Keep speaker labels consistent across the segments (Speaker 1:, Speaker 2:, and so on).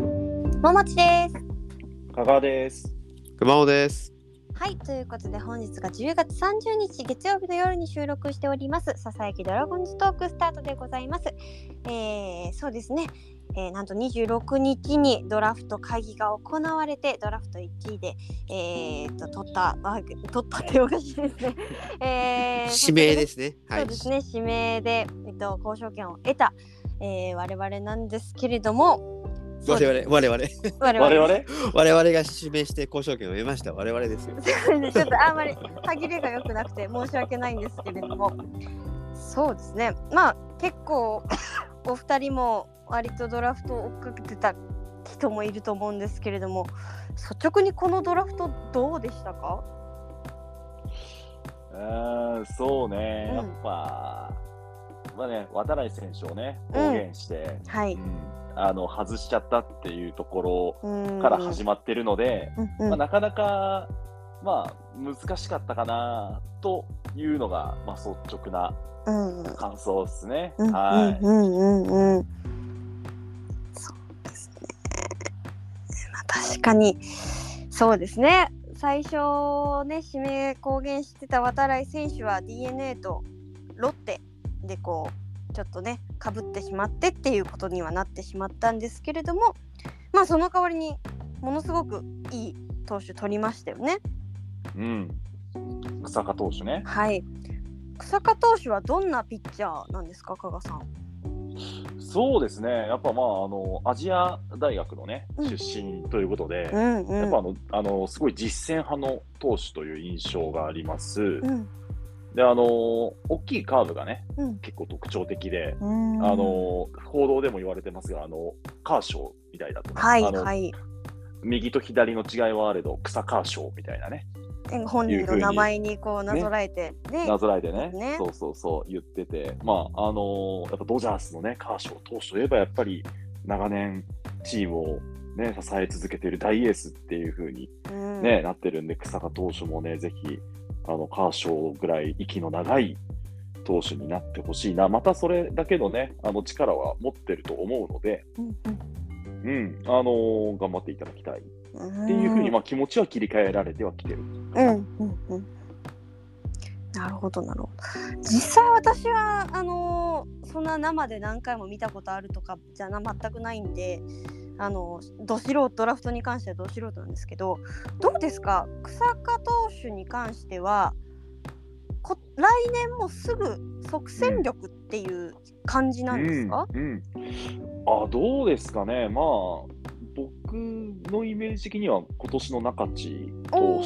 Speaker 1: ももちです。
Speaker 2: 加賀です。
Speaker 3: 熊尾です。
Speaker 1: はい、ということで本日が10月30日月曜日の夜に収録しております「ささやきドラゴンズトーク」スタートでございます。えー、そうですね、えーなんと26日にドラフト会議が行われてドラフト1位で、えー、と取ったあ取ったっておかしいですね。えー
Speaker 3: 指名ですね。は
Speaker 1: そ。
Speaker 3: いう
Speaker 1: ですね指名で、えっと、交渉権を得た、えー、我々なんですけれどもそうで
Speaker 3: 我々、我々、
Speaker 1: す我
Speaker 2: 我々
Speaker 3: 我々が指名して交渉権を得ました。我々ですよ。
Speaker 1: ちょっとあんまり歯切れが良くなくて申し訳ないんですけれどもそうですねまあ結構お二人も割とドラフトを追っかけてた人もいると思うんですけれども率直にこのドラフトどうでしたか
Speaker 2: うーん、そうね
Speaker 1: う、ん
Speaker 2: やっぱ、まあね、渡来選手をね、公言して、。
Speaker 1: はいう
Speaker 2: んあの外しちゃったっていうところ
Speaker 1: か
Speaker 2: から始まってるので、
Speaker 1: まうん
Speaker 2: ま
Speaker 1: う
Speaker 2: あ、
Speaker 1: ん
Speaker 2: なかなか、まあ、難しかったかなというのが、まあ、率直な
Speaker 1: うんうん
Speaker 2: 感想ですね。
Speaker 1: うん
Speaker 2: はい、
Speaker 1: うんうんうんそうですね。まあ確かにそうですね。最初ね指名公言してた渡来選手は DNA とロッテでこうちょっとねかぶってしまってっていうことにはなってしまったんですけれども、まあその代わりにものすごくいい投手取りましたよね。
Speaker 2: うん。草加投手ね。
Speaker 1: はい。草加投手はどんなピッチャーなんですか、加賀さん。
Speaker 2: そうですね、やっぱまあ、あのアジア大学のね、
Speaker 1: うん
Speaker 2: 出身ということで。
Speaker 1: うんうん。
Speaker 2: やっぱあの、あの、すごい実践派の投手という印象があります。
Speaker 1: うん
Speaker 2: で、あの、大きいカーブがね、
Speaker 1: うん
Speaker 2: 結構特徴的で、
Speaker 1: あ
Speaker 2: あの、報道でも言われてますが、あの、カーショーみたいだと、ね
Speaker 1: はい
Speaker 2: あの
Speaker 1: はい。
Speaker 2: 右と左の違いはあれど、草カーショーみたいなね、
Speaker 1: 本人の名前にこうなぞらえて、ね
Speaker 2: なぞらえてね、
Speaker 1: ね
Speaker 2: そうそうそう言ってて、まあ、あの、やっぱドジャースのね、カーショー投手といえば、やっぱり長年チームをね、支え続けている大エースっていう風に
Speaker 1: うん
Speaker 2: ね、なってるんで、草加投手もね、ぜひ、あの、カーショーぐらい息の長い投手になってほしいな。またそれだけのね、あの、力は持ってると思うので、
Speaker 1: うん
Speaker 2: うん、あのー頑張っていただきたいっていうふうに、まあ、気持ちは切り替えられてはきてる。
Speaker 1: うんうんうんなるほどなるほど実際私はあのーそんな生で何回も見たことあるとかじゃな全くないんであのど素人ドラフトに関してはど素人なんですけどどうですか草加投手に関してはこ来年もすぐ即戦力っていう感じなんですか、
Speaker 2: うんうんあどうですかね、まあ、僕のイメージ的には、今年の中地投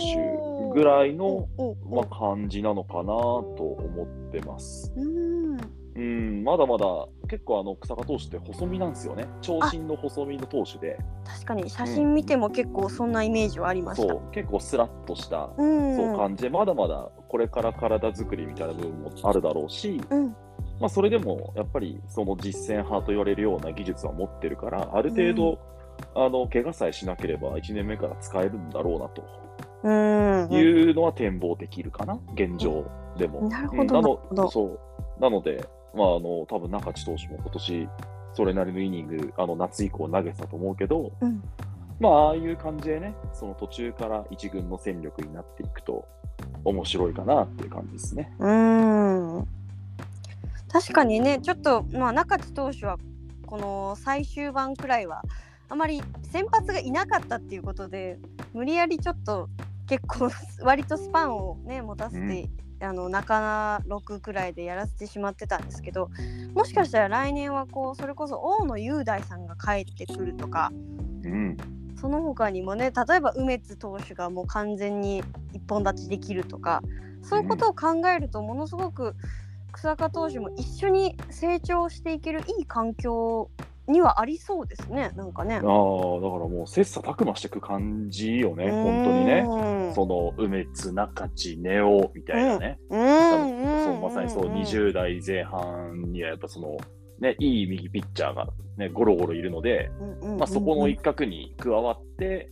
Speaker 2: 手ぐらいの、
Speaker 1: おうお
Speaker 2: ま
Speaker 1: う
Speaker 2: あ、感じなのかなと思ってます。
Speaker 1: うーん
Speaker 2: うん、まだまだ結構あの草加投手って細身なんですよね、長身の細身の投手で、
Speaker 1: 確かに写真見ても結構そんなイメージはありまし
Speaker 2: そ
Speaker 1: た。
Speaker 2: う結構スラッとした、
Speaker 1: うん
Speaker 2: そう感じで、まだまだこれから体作りみたいな部分もあるだろうし、
Speaker 1: うん
Speaker 2: まあ、それでもやっぱりその実践派と言われるような技術は持ってるから、ある程度、あの怪我さえしなければ1年目から使えるんだろうなと
Speaker 1: うんうん
Speaker 2: いうのは展望できるかな、現状でも。
Speaker 1: なるほど
Speaker 2: うんな
Speaker 1: なるほど
Speaker 2: のそうなので、まあ、あの多分中地投手も今年それなりのイニング、あの夏以降投げてたと思うけど、
Speaker 1: うん
Speaker 2: まあ、ああいう感じでね、その途中から一軍の戦力になっていくと、面白いかなっていう感じですね。
Speaker 1: うん確かにねちょっと、まあ、中地投手はこの最終盤くらいはあまり先発がいなかったっていうことで無理やりちょっと結構 割とスパンをね持たせて、あの中6くらいでやらせてしまってたんですけどもしかしたら来年はこうそれこそ大野雄大さんが帰ってくるとか
Speaker 2: うん、
Speaker 1: その他にもね例えば梅津投手がもう完全に一本立ちできるとかそういうことを考えるとものすごく草加投手も一緒に成長していけるいい環境にはありそうですねなんかね
Speaker 2: ああ、だから。もう切磋琢磨していく感じよね、本当にね。
Speaker 1: ね
Speaker 2: その梅津、中地、根尾みたいなね、そうまさにそう20代前半にはやっぱその、ね、いい右ピッチャーが、ね、ゴロゴロいるので、まあ、そこの一角に加わって、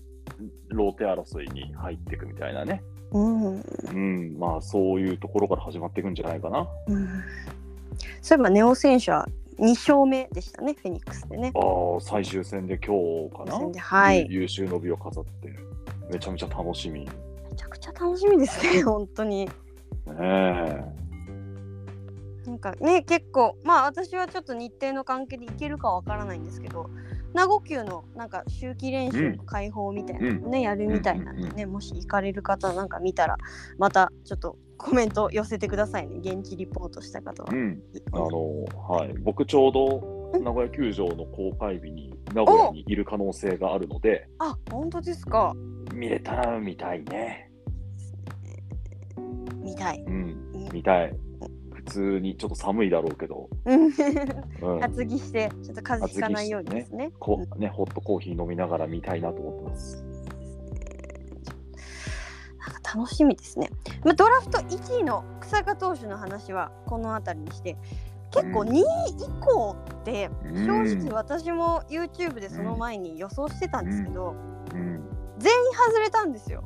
Speaker 2: ローテ争いに入っていくみたいなね、
Speaker 1: うん
Speaker 2: うんまあ、そういうところから始まっていくんじゃないかな。
Speaker 1: うんそういえばネオ選手は2勝目でしたね、フェニックスでね。
Speaker 2: ああ、最終戦で今日かな
Speaker 1: 最終戦ではい
Speaker 2: ゆ優秀の美を飾って、めちゃめちゃ楽しみ。ね
Speaker 1: めちゃくちゃ楽しみですね、本当に。
Speaker 2: え。
Speaker 1: なんかね、結構、まあ私はちょっと日程の関係で行けるかわからないんですけど、名護級のなんか秋季練習の解放みたいなのね、やるみたいなんで
Speaker 2: うん
Speaker 1: ね、もし行かれる方なんか見たら、またちょっとコメント寄せてくださいね、現地リポートした方は
Speaker 2: う。ん。あの、はい。僕ちょうど名古屋球場の公開日に名古屋にいる可能性があるので、
Speaker 1: あ、本当ですか。
Speaker 2: 見れたら見たいね。
Speaker 1: 見たい。
Speaker 2: うん。見たい。普通にちょっと寒いだろうけど、
Speaker 1: うん
Speaker 2: う ん、
Speaker 1: 厚着して、ちょっと風邪ひかないようにですね。
Speaker 2: こうね、ホットコーヒー飲みながら見たいなと思ってます。
Speaker 1: なんか楽しみですね。まあ、ドラフト1位の草加投手の話はこの辺りにして結構
Speaker 2: うん
Speaker 1: 2位以降って
Speaker 2: うん
Speaker 1: 正直私も YouTube でその前に予想してたんですけど
Speaker 2: うん、
Speaker 1: 全員外れたんですよ。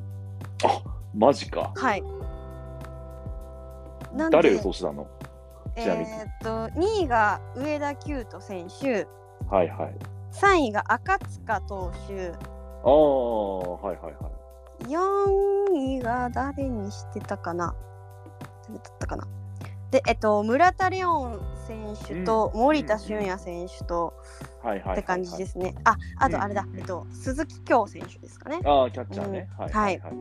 Speaker 2: マジか。
Speaker 1: はい。なんで
Speaker 2: 誰予想したの
Speaker 1: え
Speaker 2: ちなみに
Speaker 1: ーっと2位が上田久斗選手
Speaker 2: はいはい。
Speaker 1: 3位が赤塚投手
Speaker 2: ああ、はいはいはい。
Speaker 1: 4位が誰にしてたかな誰だったかなで、えっと、村田レオン選手と森田俊也選手と
Speaker 2: はいはいはいはい、。
Speaker 1: って感じですすね。あ、あとあれだ
Speaker 2: うんうん、うん
Speaker 1: えっと、鈴木京選手ですかね。
Speaker 2: ああ、キャッチャーね。はいはいはい。はい、ああ、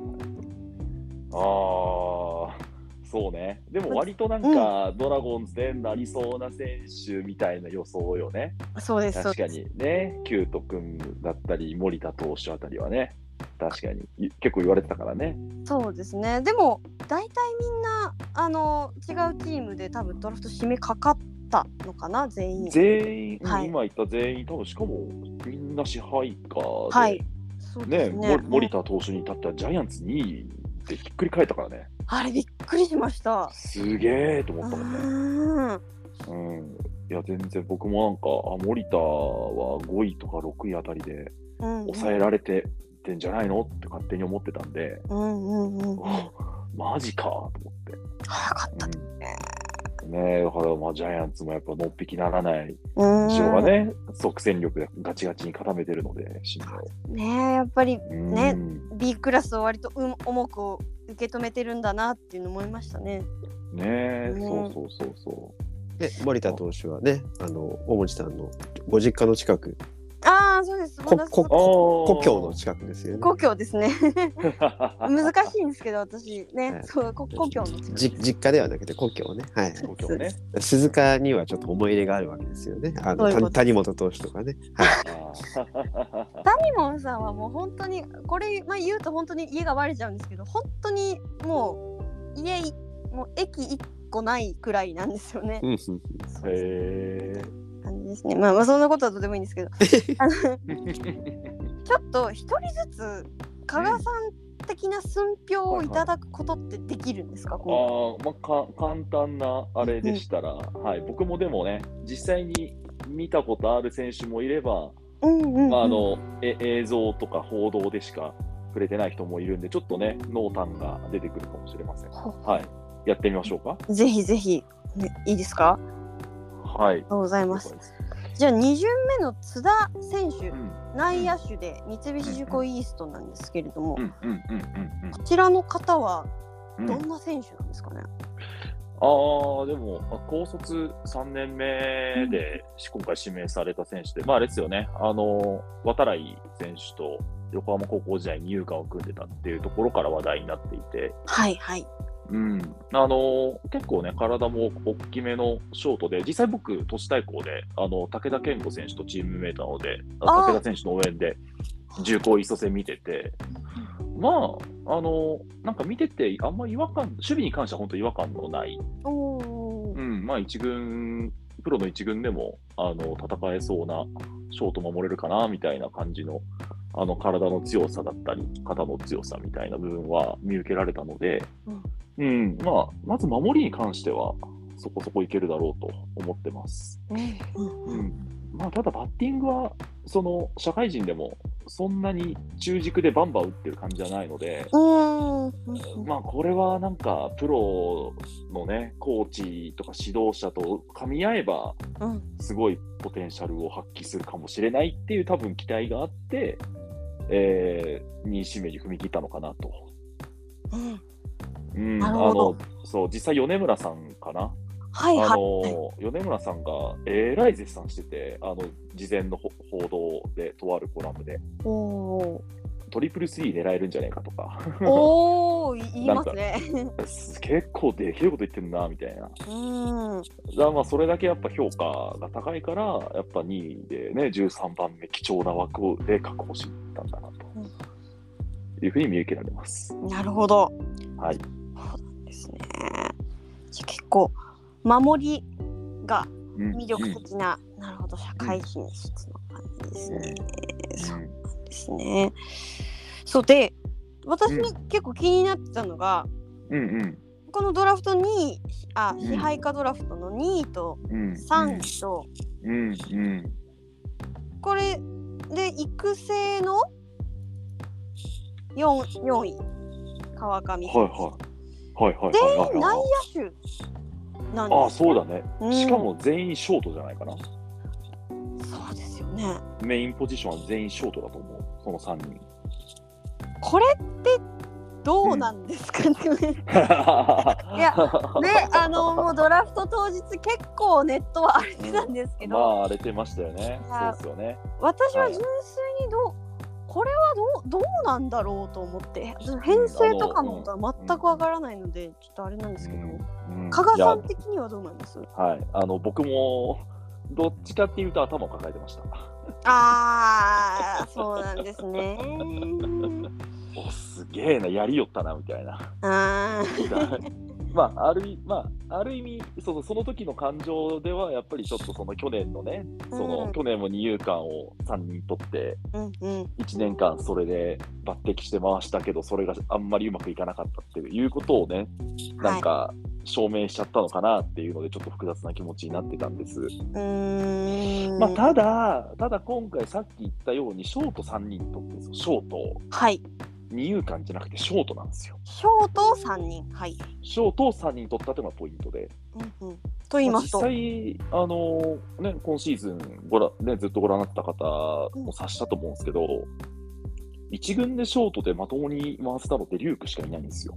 Speaker 2: そうね。でも割となんか、ドラゴンズでなりそうな選手みたいな予想よね。
Speaker 1: そうです、そう
Speaker 2: 確か
Speaker 1: です。
Speaker 2: にね、キュート君だったり、森田投手あたりはね、確かにい結構言われてたからね。
Speaker 1: そうですね。でも、大体みんな、あの、違うチームで多分ドラフト締めかかったのかな、全員。
Speaker 2: 全員、
Speaker 1: はい
Speaker 2: 今言った全員、多分しかもみんな支配下で、
Speaker 1: はい。そうで
Speaker 2: ね
Speaker 1: す
Speaker 2: も
Speaker 1: ね。
Speaker 2: 森田投手に至ってはジャイアンツ2位でひっくり返ったからね、
Speaker 1: あれ、びっくりしました。
Speaker 2: すげえと
Speaker 1: う
Speaker 2: 思ったもんね。
Speaker 1: ーん。
Speaker 2: うんいや全然僕もなんかあ森田は5位とか6位あたりで
Speaker 1: うんうん
Speaker 2: 抑えられてってんじゃないのって勝手に思ってたんで、
Speaker 1: うんうんうんうん。
Speaker 2: あマジかと思って。
Speaker 1: 早かった。
Speaker 2: うんねえだからまあジャイアンツもやっぱのっぴきならない
Speaker 1: うん
Speaker 2: 事情がね、即戦力でガチガチに固めてるので、信頼を
Speaker 1: ねえやっぱり
Speaker 2: うん
Speaker 1: ね B クラスを割とうん重く受け止めてるんだなっていうの思いましたね。
Speaker 2: ねえ、
Speaker 1: うん
Speaker 2: そうそうそうそ
Speaker 3: で森田投手はねあの大森さんのご実家の近く
Speaker 1: ああそうです。
Speaker 3: こ
Speaker 1: 私
Speaker 3: こ
Speaker 2: う。
Speaker 3: 故郷の近くですよね
Speaker 1: 故郷ですね。 難
Speaker 2: 難
Speaker 1: しいんですけど私ね、
Speaker 3: はい
Speaker 1: そうこ故郷の近く
Speaker 3: じ実家ではなくて故郷ね、はい、
Speaker 2: 東京ね。
Speaker 3: 鈴鹿にはちょっと思い入れがあるわけですよね
Speaker 1: そ
Speaker 3: あ
Speaker 1: う
Speaker 3: の
Speaker 1: いうこと
Speaker 3: た谷本投手とかね、はい、
Speaker 1: 谷本さんはもう本当にこれ、まあ、言うと本当に家がバレちゃうんですけど本当にもう家いもう駅一個ないくらいなんですよね。
Speaker 3: うん
Speaker 1: そういう
Speaker 2: へえ。
Speaker 1: 感じですね。まあまあそんなことはどうでもいいんですけどあのちょっと一人ずつ加賀さん的な寸評をいただくことってできるんですか、
Speaker 2: あ
Speaker 1: こ
Speaker 2: ーまあ、か簡単なあれでしたら、はい、僕もでもね、実際に見たことある選手もいれば、
Speaker 1: ううんうんうん
Speaker 2: まあ、あのえ映像とか報道でしか触れてない人もいるんで、ちょっとね、濃淡が出てくるかもしれません。
Speaker 1: ほ
Speaker 2: はい、やってみましょうか。
Speaker 1: ぜひぜひ、ね、いいですかあり
Speaker 2: はい
Speaker 1: が。とうございます。じゃあ2巡目の津田選手
Speaker 2: うん
Speaker 1: 内野手で三菱重工イーストなんですけれども、
Speaker 2: うんうんうん
Speaker 1: こちらの方は
Speaker 2: うんうんう
Speaker 1: ど
Speaker 2: ん。
Speaker 1: んな選手なんですかね、
Speaker 2: ああ、でも、あ高卒3年目で、今回指名された選手で、まあ、あれですよね、あの、渡来選手と横浜高校時代に優香を組んでたっていうところから話題になっていて、
Speaker 1: はいはい。
Speaker 2: うん、あの、結構ね、体も大きめのショートで、実際僕、都市対抗で、あの、武田健吾選手とチームメイトなので、
Speaker 1: あ
Speaker 2: あ
Speaker 1: ー
Speaker 2: 武田選手の応援で、重工一戦見てて、まあ、あの、なんか見てて、あんま違和感、守備に関しては本当違和感のない
Speaker 1: おおー、
Speaker 2: うん、まあ一軍、プロの一軍でもあの戦えそうな、ショート守れるかなみたいな感じの、あの体の強さだったり、肩の強さみたいな部分は見受けられたので、うん、まあ、まず守りに関しては、そこそこいけるだろうと思ってます。
Speaker 1: うんうん
Speaker 2: うんまあ、ただ、バッティングは、その社会人でもそんなに中軸でバンバン打ってる感じじゃないので、
Speaker 1: うんうん
Speaker 2: まあ、これはなんか、プロのね、コーチとか指導者と噛み合えば、
Speaker 1: うん
Speaker 2: すごいポテンシャルを発揮するかもしれないっていう、多分期待があって、えー、2指名に踏み切ったのかなと。
Speaker 1: うん
Speaker 2: うん、
Speaker 1: な
Speaker 2: あ
Speaker 1: るほど
Speaker 2: のそう実際、米村さんかな、
Speaker 1: はいは
Speaker 2: あ
Speaker 1: い
Speaker 2: の米村さんがえらい絶賛してて、あの事前の報報道で、とあるコラムで、
Speaker 1: おー
Speaker 2: トリプルスリー狙えるんじゃないかとか、
Speaker 1: おーい言いますね
Speaker 2: 結構できること言ってんなみたいな、だか
Speaker 1: うん
Speaker 2: らまあそれだけやっぱ評価が高いから、やっぱ2位でね、13番目、貴重な枠をで確保したんだなと。いうふうに見受けられます。
Speaker 1: なるほど
Speaker 2: はい。
Speaker 1: そうなんですねじゃあ結構守りが
Speaker 2: うん
Speaker 1: 魅力的な、なるほど社会人室の感じですね、そう
Speaker 2: うん
Speaker 1: ですねそうで私に結構気になってたのが、
Speaker 2: うん
Speaker 1: このドラフト2位あ
Speaker 2: ん
Speaker 1: 支配下ドラフトの2位と
Speaker 2: うんうん。
Speaker 1: 3位と、
Speaker 2: うんうん。
Speaker 1: これで育成の 4, 4位川上選手、
Speaker 2: はいはい。はいはいはいはい、
Speaker 1: 全員内野手なん
Speaker 2: あ
Speaker 1: で
Speaker 2: あ、
Speaker 1: す
Speaker 2: そうだね。
Speaker 1: うん
Speaker 2: しかも全員ショートじゃないかな。
Speaker 1: そうですよね
Speaker 2: メインポジションは全員ショートだと思う。この3人。
Speaker 1: これってどうなんです かね、
Speaker 2: い
Speaker 1: やねあのもうドラフト当日結構ネットは荒れてたんですけ
Speaker 2: ま
Speaker 1: ど、
Speaker 2: あ、荒れてましたよね。
Speaker 1: い
Speaker 2: そう
Speaker 1: や
Speaker 2: ですよね。
Speaker 1: 私は純粋にどう、これはどうどうなんだろうと思って編成とかのことは全くわからないので、ちょっとあれなんですけど、
Speaker 2: うん
Speaker 1: 加賀さん
Speaker 2: い
Speaker 1: 的にはどう思います
Speaker 2: やはい。あの、僕も、どっちかっていうと頭を抱えてました。
Speaker 1: あーそうなんです ね
Speaker 2: お、すげえな、やりよったな、みたいな。
Speaker 1: あ
Speaker 2: まあ、ある意まあ、ある意味そうそう、その時の感情では、やっぱりちょっとその去年のね、その、
Speaker 1: うん
Speaker 2: 去年も二遊間を3人取って、
Speaker 1: うんうん
Speaker 2: 1年間それで抜擢して回したけど、それがあんまりうまくいかなかったっていうことをね、なんか証明しちゃったのかなっていうので、ちょっと複雑な気持ちになってたんです。
Speaker 1: うーん
Speaker 2: まあ、ただ、ただ今回さっき言ったように、ショート3人取ってるんですよ、ショート、
Speaker 1: はい
Speaker 2: 二遊間じゃなくてショートなんですよ。
Speaker 1: ショート3人はい、
Speaker 2: ショートを3人取ったっていうのがポイントで。
Speaker 1: うんうん、と言いますと
Speaker 2: まあ実際、あのね、今シーズンごら、ね、ずっとご覧になった方も察したと思うんですけど、一軍でショートでまともに回せたのってリュークしかいないんですよ。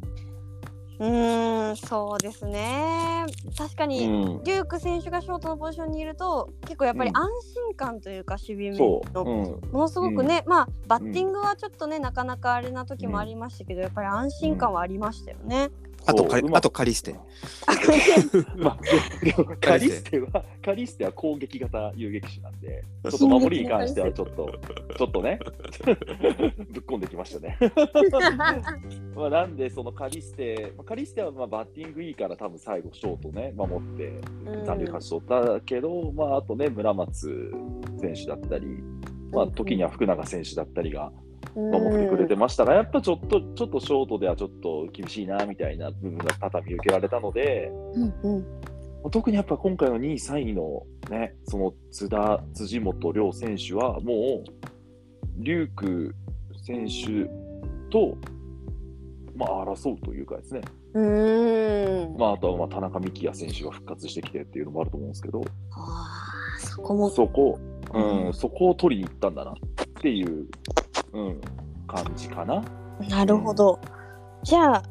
Speaker 1: うーんそうですね確か
Speaker 2: う
Speaker 1: に、
Speaker 2: ん、
Speaker 1: デューク選手がショートのポジションにいると結構やっぱり
Speaker 2: うん
Speaker 1: 安心感というか守備面
Speaker 2: そ
Speaker 1: の、
Speaker 2: う、うん、
Speaker 1: ものすごくね、まあバッティングはちょっとね、なかなかあれな時もありましたけどやっぱり安心感はありましたよ ね。
Speaker 3: あと
Speaker 2: そう
Speaker 3: カリ
Speaker 2: うま
Speaker 3: あとカリステ。
Speaker 2: まあ、 ででもカリステは、カリステは攻撃型遊撃手なんで、ちょっと守りに関してはちょっと、ちょっとね、 ぶっこんできました ね。まあ、なんで、そのカリステ、まあカリステはまあバッティングいいから、多分最後、ショートね、守って、
Speaker 1: うん
Speaker 2: 残留勝ち取ったけど、まあ、あとね、村松選手だったり、まあ、時には福永選手だったりが守ってくれてましたが、やっぱちょっと、ちょっとショートではちょっと厳しいなみたいな部分が多々見受けられたので、
Speaker 1: うんうん
Speaker 2: 特にやっぱ今回の2位、3位のね、その津田、辻元亮選手は、もう、リューク選手と、まあ、争うというかですね、
Speaker 1: うーん
Speaker 2: まあ、あとはまあ田中幹也選手が復活してきてっていうのもあると思うんですけど、
Speaker 1: あーそこも
Speaker 2: そこ、うん、そこを取りに行ったんだなっていう、うん、感じかな。
Speaker 1: なるほど。じゃあ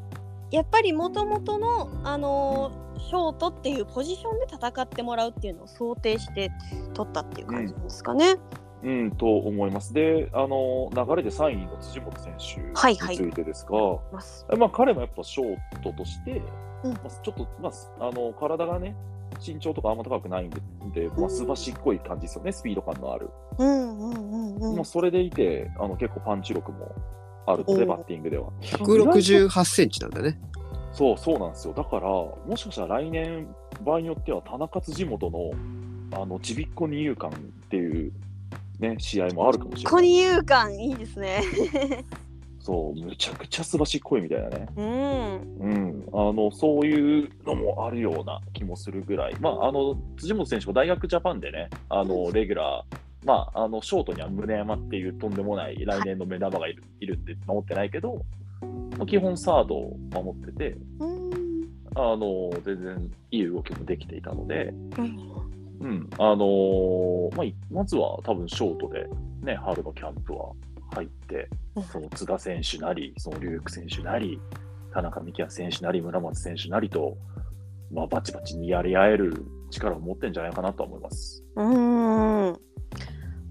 Speaker 1: やっぱりもともとの、あのーショートっていうポジションで戦ってもらうっていうのを想定して取ったっていう感じなんですかね。
Speaker 2: うん、と思います。で、あの、流れで3位の辻元選手
Speaker 1: はいはい
Speaker 2: についてですが、
Speaker 1: ます
Speaker 2: まあ、彼もやっぱショートとして、
Speaker 1: うん
Speaker 2: まあ、ちょっと、まあす、あの体がね、身長とかあんま高くないんで、でまあ、すばしっこい感じですよね、スピード感のある。
Speaker 1: うんうんうんう
Speaker 2: まあ、
Speaker 1: ん。
Speaker 2: それでいて、あの結構パンチ力もあるので、
Speaker 1: うん
Speaker 2: バッティングでは。
Speaker 3: 168センチなんだね。
Speaker 2: そう、そうなんですよ。だから、もしかしたら来年、場合によっては、田中辻元の、あの、ちびっこ二遊間っていう、ね、試合もあるかもしれ
Speaker 1: コ
Speaker 2: ない。
Speaker 1: ニユー感いいですね。
Speaker 2: そう、むちゃくちゃすばしっこいみたいなね。
Speaker 1: うん。
Speaker 2: うん、あのそういうのもあるような気もするぐらい、まあ、あの辻本選手も大学ジャパンでね、あのレギュラーまあ、あのショートには宗山っていうとんでもない来年の目玉がいる,、い、るって守ってないけど、まあ、基本サードを守ってて
Speaker 1: うん
Speaker 2: あの全然いい動きもできていたので、
Speaker 1: うん
Speaker 2: うんあのーまあ、いまずは多分ショートで、ね、春のキャンプは入って
Speaker 1: うん
Speaker 2: その津田選手なりその龍空選手なり田中幹也選手なり村松選手なりと、まあ、バチバチにやり合える力を持ってるんじゃないかなとは思います。
Speaker 1: うーん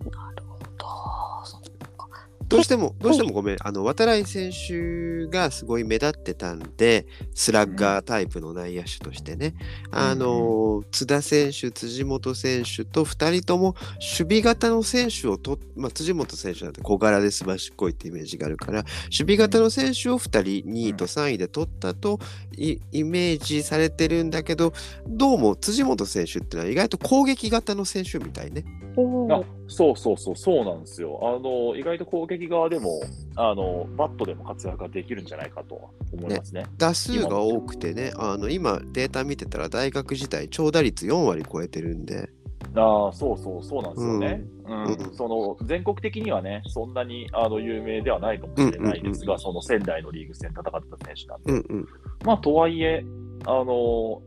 Speaker 1: なるほどそっか
Speaker 3: どうしても、どうしてもごめん、あの渡来選手がすごい目立ってたんで、スラッガータイプの内野手としてね、あの津田選手、辻元選手と2人とも守備型の選手をと、まあ、辻元選手なんて小柄で素晴らしっこいってイメージがあるから、守備型の選手を2人、2位と3位で取ったとイイメージされてるんだけど、どうも辻元選手ってのは意外と攻撃型の選手みたいね。
Speaker 1: お
Speaker 2: あ
Speaker 1: ー
Speaker 2: そうそうそう、そうなんですよ。あの意外と攻撃側でもあの、バットでも活躍ができるんじゃないかとは思いますね。
Speaker 3: 打数が多くてね、あの今データ見てたら大学時代長打率4割超えてるんで、
Speaker 2: ああ、そうそう、そうなんですよね。うん
Speaker 3: うん
Speaker 2: その全国的にはね、そんなにあの有名ではないかもしれないですが、
Speaker 3: うんうんうん
Speaker 2: その仙台のリーグ戦戦った選手なんで、
Speaker 3: うんうん、
Speaker 2: まあ、とはいえ、あの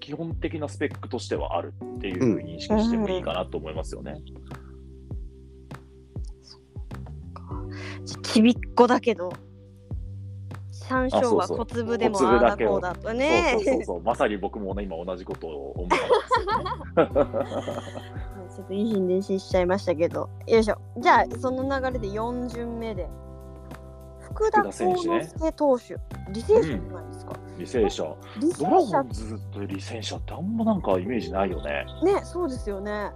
Speaker 2: 基本的なスペックとしてはあるっていうふうに認識してもいいかなと思いますよね。
Speaker 1: ちちびっこだけど山椒は
Speaker 2: あそう
Speaker 1: 小
Speaker 2: そう
Speaker 1: 粒でも
Speaker 2: 小粒
Speaker 1: ああ
Speaker 2: だ
Speaker 1: だ
Speaker 2: けを
Speaker 1: こうだと
Speaker 2: そ
Speaker 1: ね
Speaker 2: うそうそうそう、まさに僕もね、今同じことを思うんですよね。
Speaker 1: ちょっと維心伝心しちゃいましたけどよいしょじゃあその流れで4巡目で福田
Speaker 2: 福
Speaker 1: 幸
Speaker 2: 田選手ね
Speaker 1: 之介投手履正社じゃないですか、
Speaker 2: 履正社
Speaker 1: 履
Speaker 2: ド
Speaker 1: 正
Speaker 2: ラゴ
Speaker 1: 社
Speaker 2: ンズと履正社ってあんまなんかイメージないよね。
Speaker 1: ねそうですよね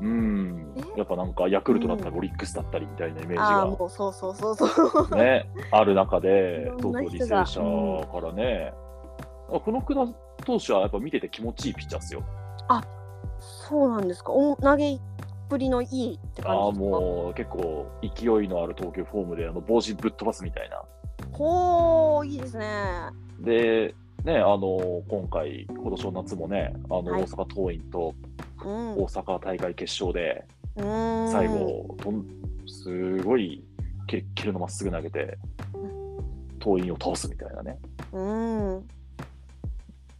Speaker 2: うん
Speaker 1: え。
Speaker 2: やっぱなんかヤクルトだったりオリックスだったりみたいなイメ
Speaker 1: ああ
Speaker 2: ー
Speaker 1: もうそうそうそうそう
Speaker 2: ジが、ね、ある中
Speaker 1: い
Speaker 2: で
Speaker 1: ろ、ん
Speaker 2: そうそう
Speaker 1: な
Speaker 2: 履
Speaker 1: 人
Speaker 2: 正
Speaker 1: が
Speaker 2: 社からね、あこの福田投手はやっぱ見てて気持ちいいピッチャーですよ。
Speaker 1: そうなんですかお投げっぷりのいいって
Speaker 2: ああ
Speaker 1: 感じですか
Speaker 2: もう結構勢いのある投球フォームであの帽子ぶっ飛ばすみたいな。
Speaker 1: ほういいですね
Speaker 2: で、ね、あの今回、今年の夏もね、あの
Speaker 1: はい
Speaker 2: 大阪桐蔭と
Speaker 1: うん
Speaker 2: 大阪大会決勝で、
Speaker 1: うん
Speaker 2: 最後、とんすごいキレッキレのまっすぐ投げて、党員を倒すみたいなね。
Speaker 1: うん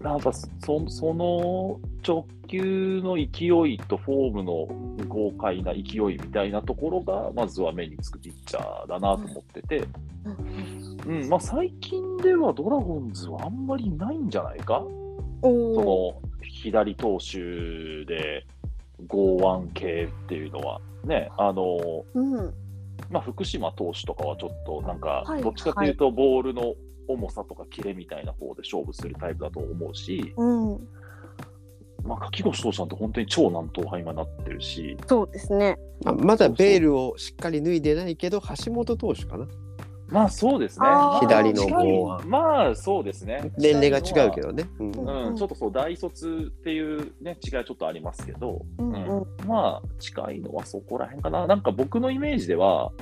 Speaker 2: なんかそその直球の勢いとフォームの豪快な勢いみたいなところが、まずは目につくピッチャーだなと思ってて、
Speaker 1: うん
Speaker 2: うんまあ、最近ではドラゴンズはあんまりいないんじゃないか、
Speaker 1: おお
Speaker 2: その左投手で剛腕系っていうのは、ね、あの
Speaker 1: うん
Speaker 2: まあ、福島投手とかはちょっとなんか
Speaker 1: はい
Speaker 2: どっちかというとボールの重さとかキレみたいな方で勝負するタイプだと思うし、
Speaker 1: うん
Speaker 2: まあ、柿越投手なんて本当に超難投派今なってるし
Speaker 1: そうですね
Speaker 3: まあまだベールをしっかり脱いでないけど橋本投手かな
Speaker 2: まあそうですね
Speaker 1: あー
Speaker 3: 左の
Speaker 2: 方
Speaker 3: 剛
Speaker 2: はまあそうですね
Speaker 3: 年齢が違うけどね、うん
Speaker 1: ど
Speaker 2: うん、ちょっとそう大卒っていう、ね、違いはちょっとありますけど、
Speaker 1: うんうん
Speaker 2: まあ近いのはそこら辺かななんか僕のイメージでは、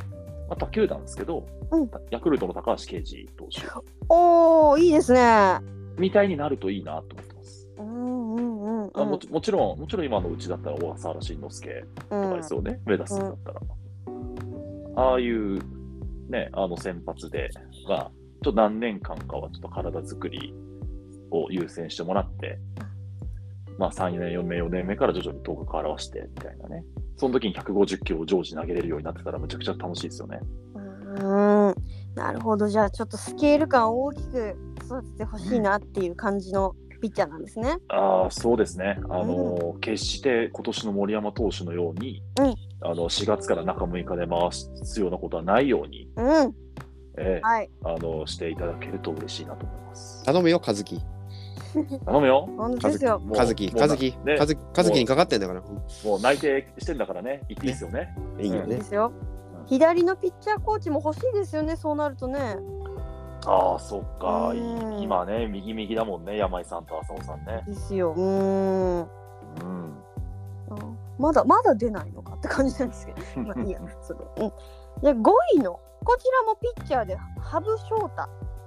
Speaker 2: まあ、他球団ですけど、
Speaker 1: うん
Speaker 2: ヤクルトの高橋奎二投手
Speaker 1: おおいいですね
Speaker 2: みたいになるといいなと思ってます。
Speaker 1: うんうんうんうん
Speaker 2: あもちもちろん、もちろん今のうちだったら小笠原慎之介
Speaker 1: う
Speaker 2: と
Speaker 1: ん
Speaker 2: かですよね、目指すんだったら。ああいう、ね、あの先発で、まあ、ちょっと何年間かはちょっと体作りを優先してもらって、まあ、3、4年、4年、4年目から徐々に頭角を現してみたいなね。その時に150キロを常時投げれるようになってたら、むちゃくちゃ楽しいですよね。
Speaker 1: うんなるほどじゃあちょっとスケール感を大きく育ててほしいなっていう感じのピッチャーなんですね。
Speaker 2: ああ、そうですね。あの、決して今年の森山投手のように、
Speaker 1: うん
Speaker 2: あの4月から中6日で回すようなことはないように、
Speaker 1: うん
Speaker 2: ええ
Speaker 1: はい
Speaker 2: あのしていただけると嬉しいなと思います。
Speaker 3: 頼むよ和樹
Speaker 2: 頼むよ。
Speaker 1: 本当で
Speaker 3: 和
Speaker 1: す
Speaker 3: 樹
Speaker 1: よ。
Speaker 3: 和
Speaker 2: も
Speaker 3: 樹
Speaker 2: う
Speaker 3: 和樹
Speaker 2: ね
Speaker 3: 和樹和樹にかかってんだから、う
Speaker 2: もう内定してんだからね、言っていいですよね。
Speaker 3: んいいよね
Speaker 1: で、すよ
Speaker 2: うん。
Speaker 1: 左のピッチャーコーチも欲しいですよね。そうなるとね。
Speaker 2: ああ、そっか。
Speaker 1: うん
Speaker 2: い今ね、右右だもんね、山井さんと浅尾さんね。
Speaker 1: ですよ。うーん。あ
Speaker 2: うん。
Speaker 1: まだまだ出ないのかって感じなんですけ ど。まあいいや。そのうん。で5位のこちらもピッチャーで羽生翔太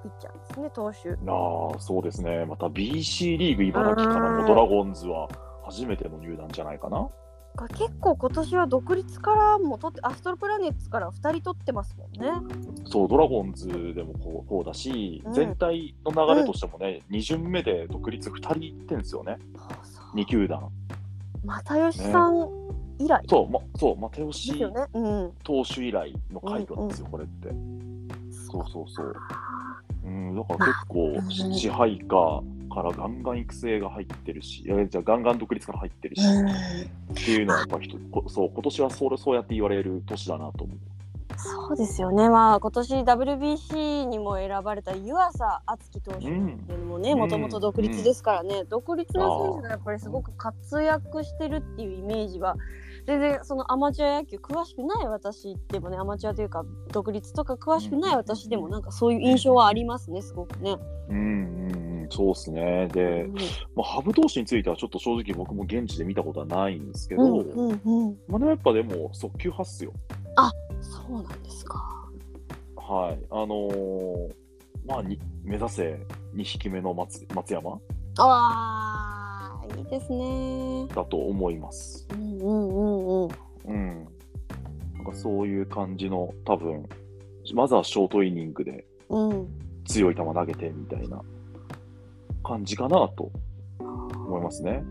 Speaker 1: ピッチャーですね投手。
Speaker 2: ああ、そうですね。また BC リーグ茨城から
Speaker 1: う
Speaker 2: の
Speaker 1: ん
Speaker 2: ドラゴンズは初めての入団じゃないかな。
Speaker 1: か結構今年は独立からも取ってアストロプラネッツから2人取ってますもんね。
Speaker 2: そう、ドラゴンズでもこうこうだし、
Speaker 1: うん
Speaker 2: 全体の流れとしてもね、2巡目で独立2人いってんですよね、
Speaker 1: そうそう
Speaker 2: 2球団。
Speaker 1: 又吉さん以来
Speaker 2: そう、ま、そう、又
Speaker 1: です
Speaker 2: 吉
Speaker 1: よね。うん、
Speaker 2: 投手以来の快挙なんですよ、これって。そうそうそう。うん、だから結
Speaker 1: まあ
Speaker 2: 構、支配下からガンガン育成が入ってるし、いやじゃあガンガン独立から入ってるし、っていうのはやっぱ人、こそう、今年はそうそうやって言われる年だなと思う。
Speaker 1: そうですよね、まあ、今年 WBC にも選ばれた湯浅敦樹投手っていうのもね
Speaker 2: うん
Speaker 1: もともと独立ですからね、独立の選手がやっぱりすごく活躍してるっていうイメージは全然そのアマチュア野球詳しくない私でもねアマチュアというか独立とか詳しくない私でもなんかそういう印象はありますねすごくね。
Speaker 2: うんうんうん、そうですね。で、まあ、ハブ投手についてはちょっと正直僕も現地で見たことはないんですけ
Speaker 1: う
Speaker 2: ど、
Speaker 1: んうんうん、
Speaker 2: まあ、でもやっぱでも速球派っすよ。
Speaker 1: そうなんですか。
Speaker 2: はい。あのーまあに、目指せ2匹目の松松山
Speaker 1: ああいいですね。
Speaker 2: だと思います。
Speaker 1: うんうんうんうん。
Speaker 2: うん。なんかそういう感じの多分、まずはショートイニングで
Speaker 1: うん、
Speaker 2: 強い球投げてみたいな感じかなと思いますね。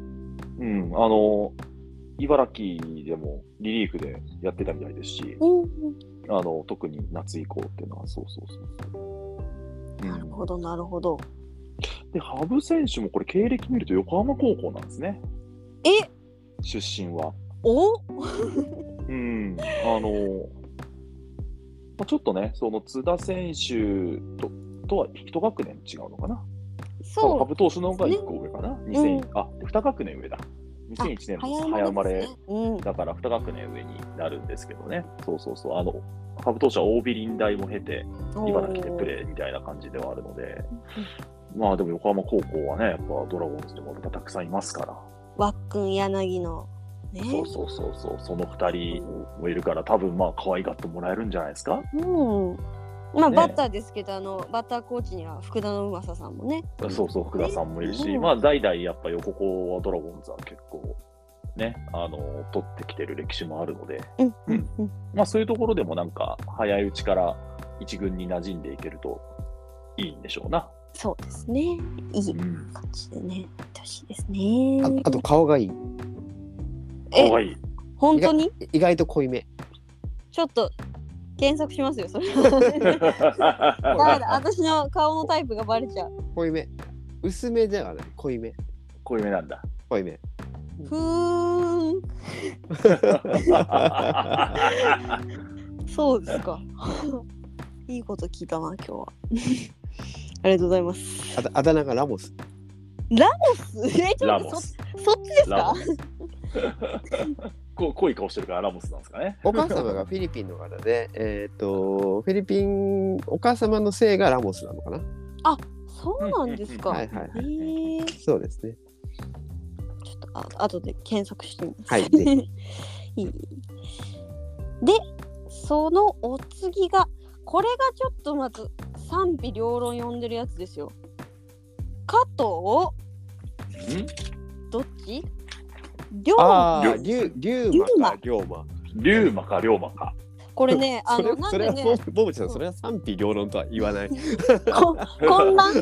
Speaker 2: うん。あのー茨城でもリリーフでやってたみたいですし、
Speaker 1: うん
Speaker 2: あの特に夏以降っていうのは、そうそうそう。
Speaker 1: なるほどなるほど。
Speaker 2: で、羽生選手もこれ、経歴見ると横浜高校なんですね、
Speaker 1: え
Speaker 2: 出身は。
Speaker 1: お
Speaker 2: うん、あの、まあ、ちょっとね、その津田選手ととは一学年違うのかな、多分
Speaker 1: そ
Speaker 2: 羽生投手の方が1個上かな、2000あ2学年上だ、2001年
Speaker 1: う
Speaker 2: の早生まれ
Speaker 1: ですねうん
Speaker 2: だから2学年上になるんですけどね、そうそうそう、あの羽生投手は OB 臨大も経て、茨城でプレーみたいな感じではあるので、まあでも横浜高校はね、やっぱドラゴンズでもまたたくさんいますから、
Speaker 1: わっくん柳のね
Speaker 2: そうそうそうそう、その2人もいるから、多分まあ可愛がってもらえるんじゃないですか。
Speaker 1: うんまあ、
Speaker 2: ね
Speaker 1: バッターですけどあのバッターコーチには福田のうまささんもね
Speaker 2: そうそう、福田さんもいるし、
Speaker 1: うん
Speaker 2: まあ代々やっぱ横校はドラゴンズは結構ね、あの、取ってきてる歴史もあるので、
Speaker 1: うんうんうん
Speaker 2: まあそういうところでもなんか早いうちから一軍に馴染んでいけるといいんでしょうな。
Speaker 1: そうですねいい
Speaker 2: うん。
Speaker 1: 感じでねやってほしいですね
Speaker 3: ああと顔がいい
Speaker 2: 可
Speaker 1: え
Speaker 2: 愛いい。
Speaker 1: 本当に
Speaker 3: 意外と濃いめ
Speaker 1: ちょっと検索しますよそれは ダメだ私の顔のタイプがバレちゃう
Speaker 3: 濃いめ薄めではない濃いめ
Speaker 2: 濃いめなんだ。
Speaker 3: 濃いめ
Speaker 1: ふーんそうです かいいこと聞いたな今日はありがとうございます
Speaker 3: あだあだ名がラモス
Speaker 1: えちょ
Speaker 2: ラ
Speaker 1: っと
Speaker 2: モス。
Speaker 1: そそっちです
Speaker 2: ラ
Speaker 1: か
Speaker 2: モス。こう濃い顔してるからラモスなんですかね。
Speaker 3: お母様がフィリピンの方でえっ、とフィリピンお母様の姓がラモスなのかな
Speaker 1: そうなんですか。
Speaker 2: うん
Speaker 3: はいはい
Speaker 1: えー、ち
Speaker 3: そうです
Speaker 1: ょ
Speaker 3: ね
Speaker 1: っとあ後で検索してみます。
Speaker 3: はいぜ
Speaker 1: い
Speaker 3: ひ
Speaker 1: いで、そのお次が、これがちょっとまず賛否両論呼んでるやつですよ。加藤
Speaker 2: ん
Speaker 1: どっち龍
Speaker 3: ああ
Speaker 2: 龍
Speaker 3: 龍龍馬か龍馬
Speaker 2: 龍馬か龍馬か。
Speaker 1: これね、あ
Speaker 3: それ
Speaker 1: の、なん
Speaker 3: それ
Speaker 1: でね、
Speaker 3: はボブちゃんそれは賛否両論とは言わない
Speaker 1: こ混乱、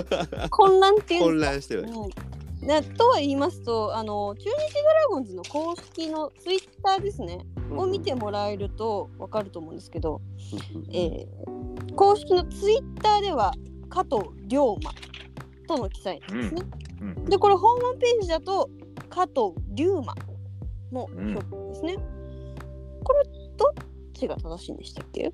Speaker 1: 混乱っていうん
Speaker 3: 混乱してる
Speaker 1: うんね、とは言いますとあの中日ドラゴンズの公式のツイッターですね、を見てもらえると分かると思うんですけど、えー公式のツイッターでは加藤龍馬との記載ですね。
Speaker 2: うんうん
Speaker 1: でこれホームページだと加藤龍馬の表記ですね。これどっちが正しいんでしたっけ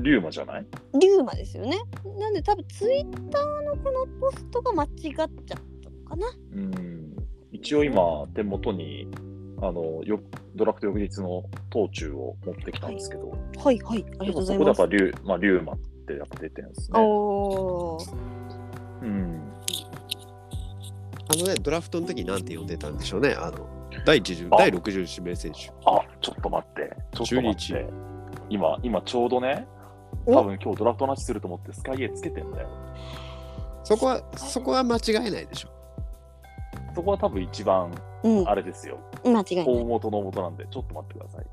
Speaker 2: 龍馬じゃない
Speaker 1: 龍馬ですよね。なんで多分ツイッターのこのポストが間違っちゃったのかな。
Speaker 2: うん。一応今、手元に、あの、よドラフト翌日の当中を持ってきたんですけど、
Speaker 1: はいはい、ありがと
Speaker 2: で
Speaker 1: う
Speaker 2: も
Speaker 1: ご
Speaker 2: そ
Speaker 1: ざい
Speaker 2: こでや
Speaker 1: ま
Speaker 2: っ
Speaker 1: す
Speaker 2: ぱ。龍、まあ、龍馬ってやっぱ出てるんですね。
Speaker 1: おー
Speaker 2: うん。
Speaker 3: あのねドラフトの時なんて呼んでたんでしょうねあの第1
Speaker 2: あ
Speaker 3: 第60指名選手
Speaker 2: あ、ちょっと待って。ちょっと待って。今、今ちょうどね、多分今日ドラフトの話すると思ってスカイエつけてんだよ。
Speaker 3: そこはそこは間違えないでしょ
Speaker 2: そこは多分一番
Speaker 1: うん
Speaker 2: あれですよ。
Speaker 1: 間違いない。
Speaker 2: 大元の元なんで、ちょっと待ってください。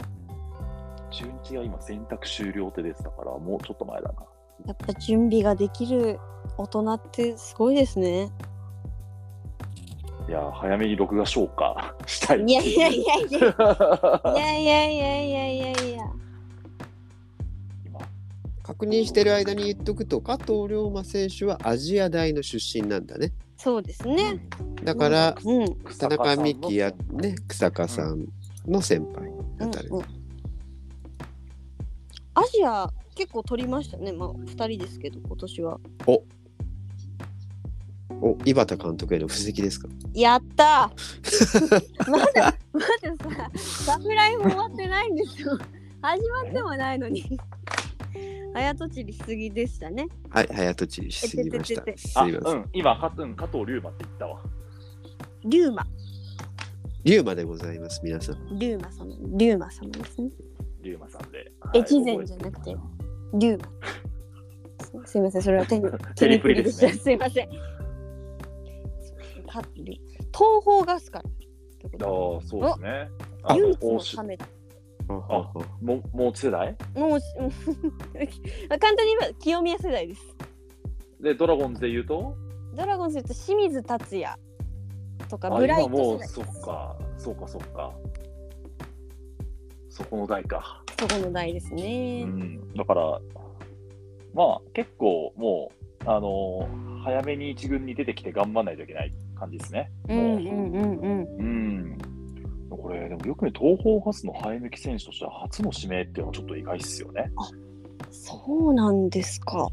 Speaker 2: 中日が今、選択終了手ですだから、もうちょっと前だな。
Speaker 1: やっぱ準備ができる大人ってすごいですね。
Speaker 2: いやー、早めに録画消化 したいってう。
Speaker 1: いやいやいやいやい
Speaker 2: 今
Speaker 1: やいやいやいやいやいや。
Speaker 3: 確認してる間に言っとくと加藤龍馬選手はアジア大の出身なんだね
Speaker 1: そうですね。
Speaker 3: だから、
Speaker 1: うん。うん
Speaker 3: 田中美希やね
Speaker 2: 草
Speaker 3: 草加さんの先輩だったり、
Speaker 1: うんアジア結構取りましたね。まあ二人ですけど今年は。
Speaker 3: お井端監督への布石ですか
Speaker 1: やったー まだまださ、サプライも終わってないんですよ。始まってもないのに。早とちりしすぎでしたね。
Speaker 3: はい早とちりしすぎました
Speaker 1: えてててて
Speaker 3: すい
Speaker 2: あ、
Speaker 3: ま
Speaker 2: う
Speaker 3: せん
Speaker 2: ん、今、加藤うん加藤龍馬って言ったわ。
Speaker 1: 龍馬、
Speaker 3: 龍馬でございます皆さん
Speaker 1: 龍馬様、龍馬様ですね。
Speaker 2: 龍馬さんで。
Speaker 1: 越前じゃなくて龍馬。 すすいません、それは手に
Speaker 2: テリプリですね
Speaker 1: 手にプリでしたすいません。か東方ガスから。
Speaker 2: ああ、そうですね。あ
Speaker 1: 唯
Speaker 2: の
Speaker 1: 一
Speaker 2: 欧
Speaker 1: の
Speaker 2: 州
Speaker 1: ためだ。
Speaker 2: あももう世代
Speaker 1: もう、うん簡単に言えば清宮世代です。
Speaker 2: で、ドラゴンズで言うと
Speaker 1: ドラゴンズで言うと清水達也とか
Speaker 2: あ
Speaker 1: ブライ
Speaker 2: 今
Speaker 1: ト
Speaker 2: も
Speaker 1: 世代
Speaker 2: う
Speaker 1: です
Speaker 2: そっかそうかそうかそこの代か、
Speaker 1: そこの代です
Speaker 2: う
Speaker 1: ね。
Speaker 2: ん、だからまあ結構もうあのー早めに一軍に出てきて頑張らないといけない感じですね
Speaker 1: うんうんうんうん。
Speaker 2: うんこれでもよく見ると東邦ガスの生え抜き選手としては初の指名っていうのはちょっと意外っすよね
Speaker 1: そうなんですか。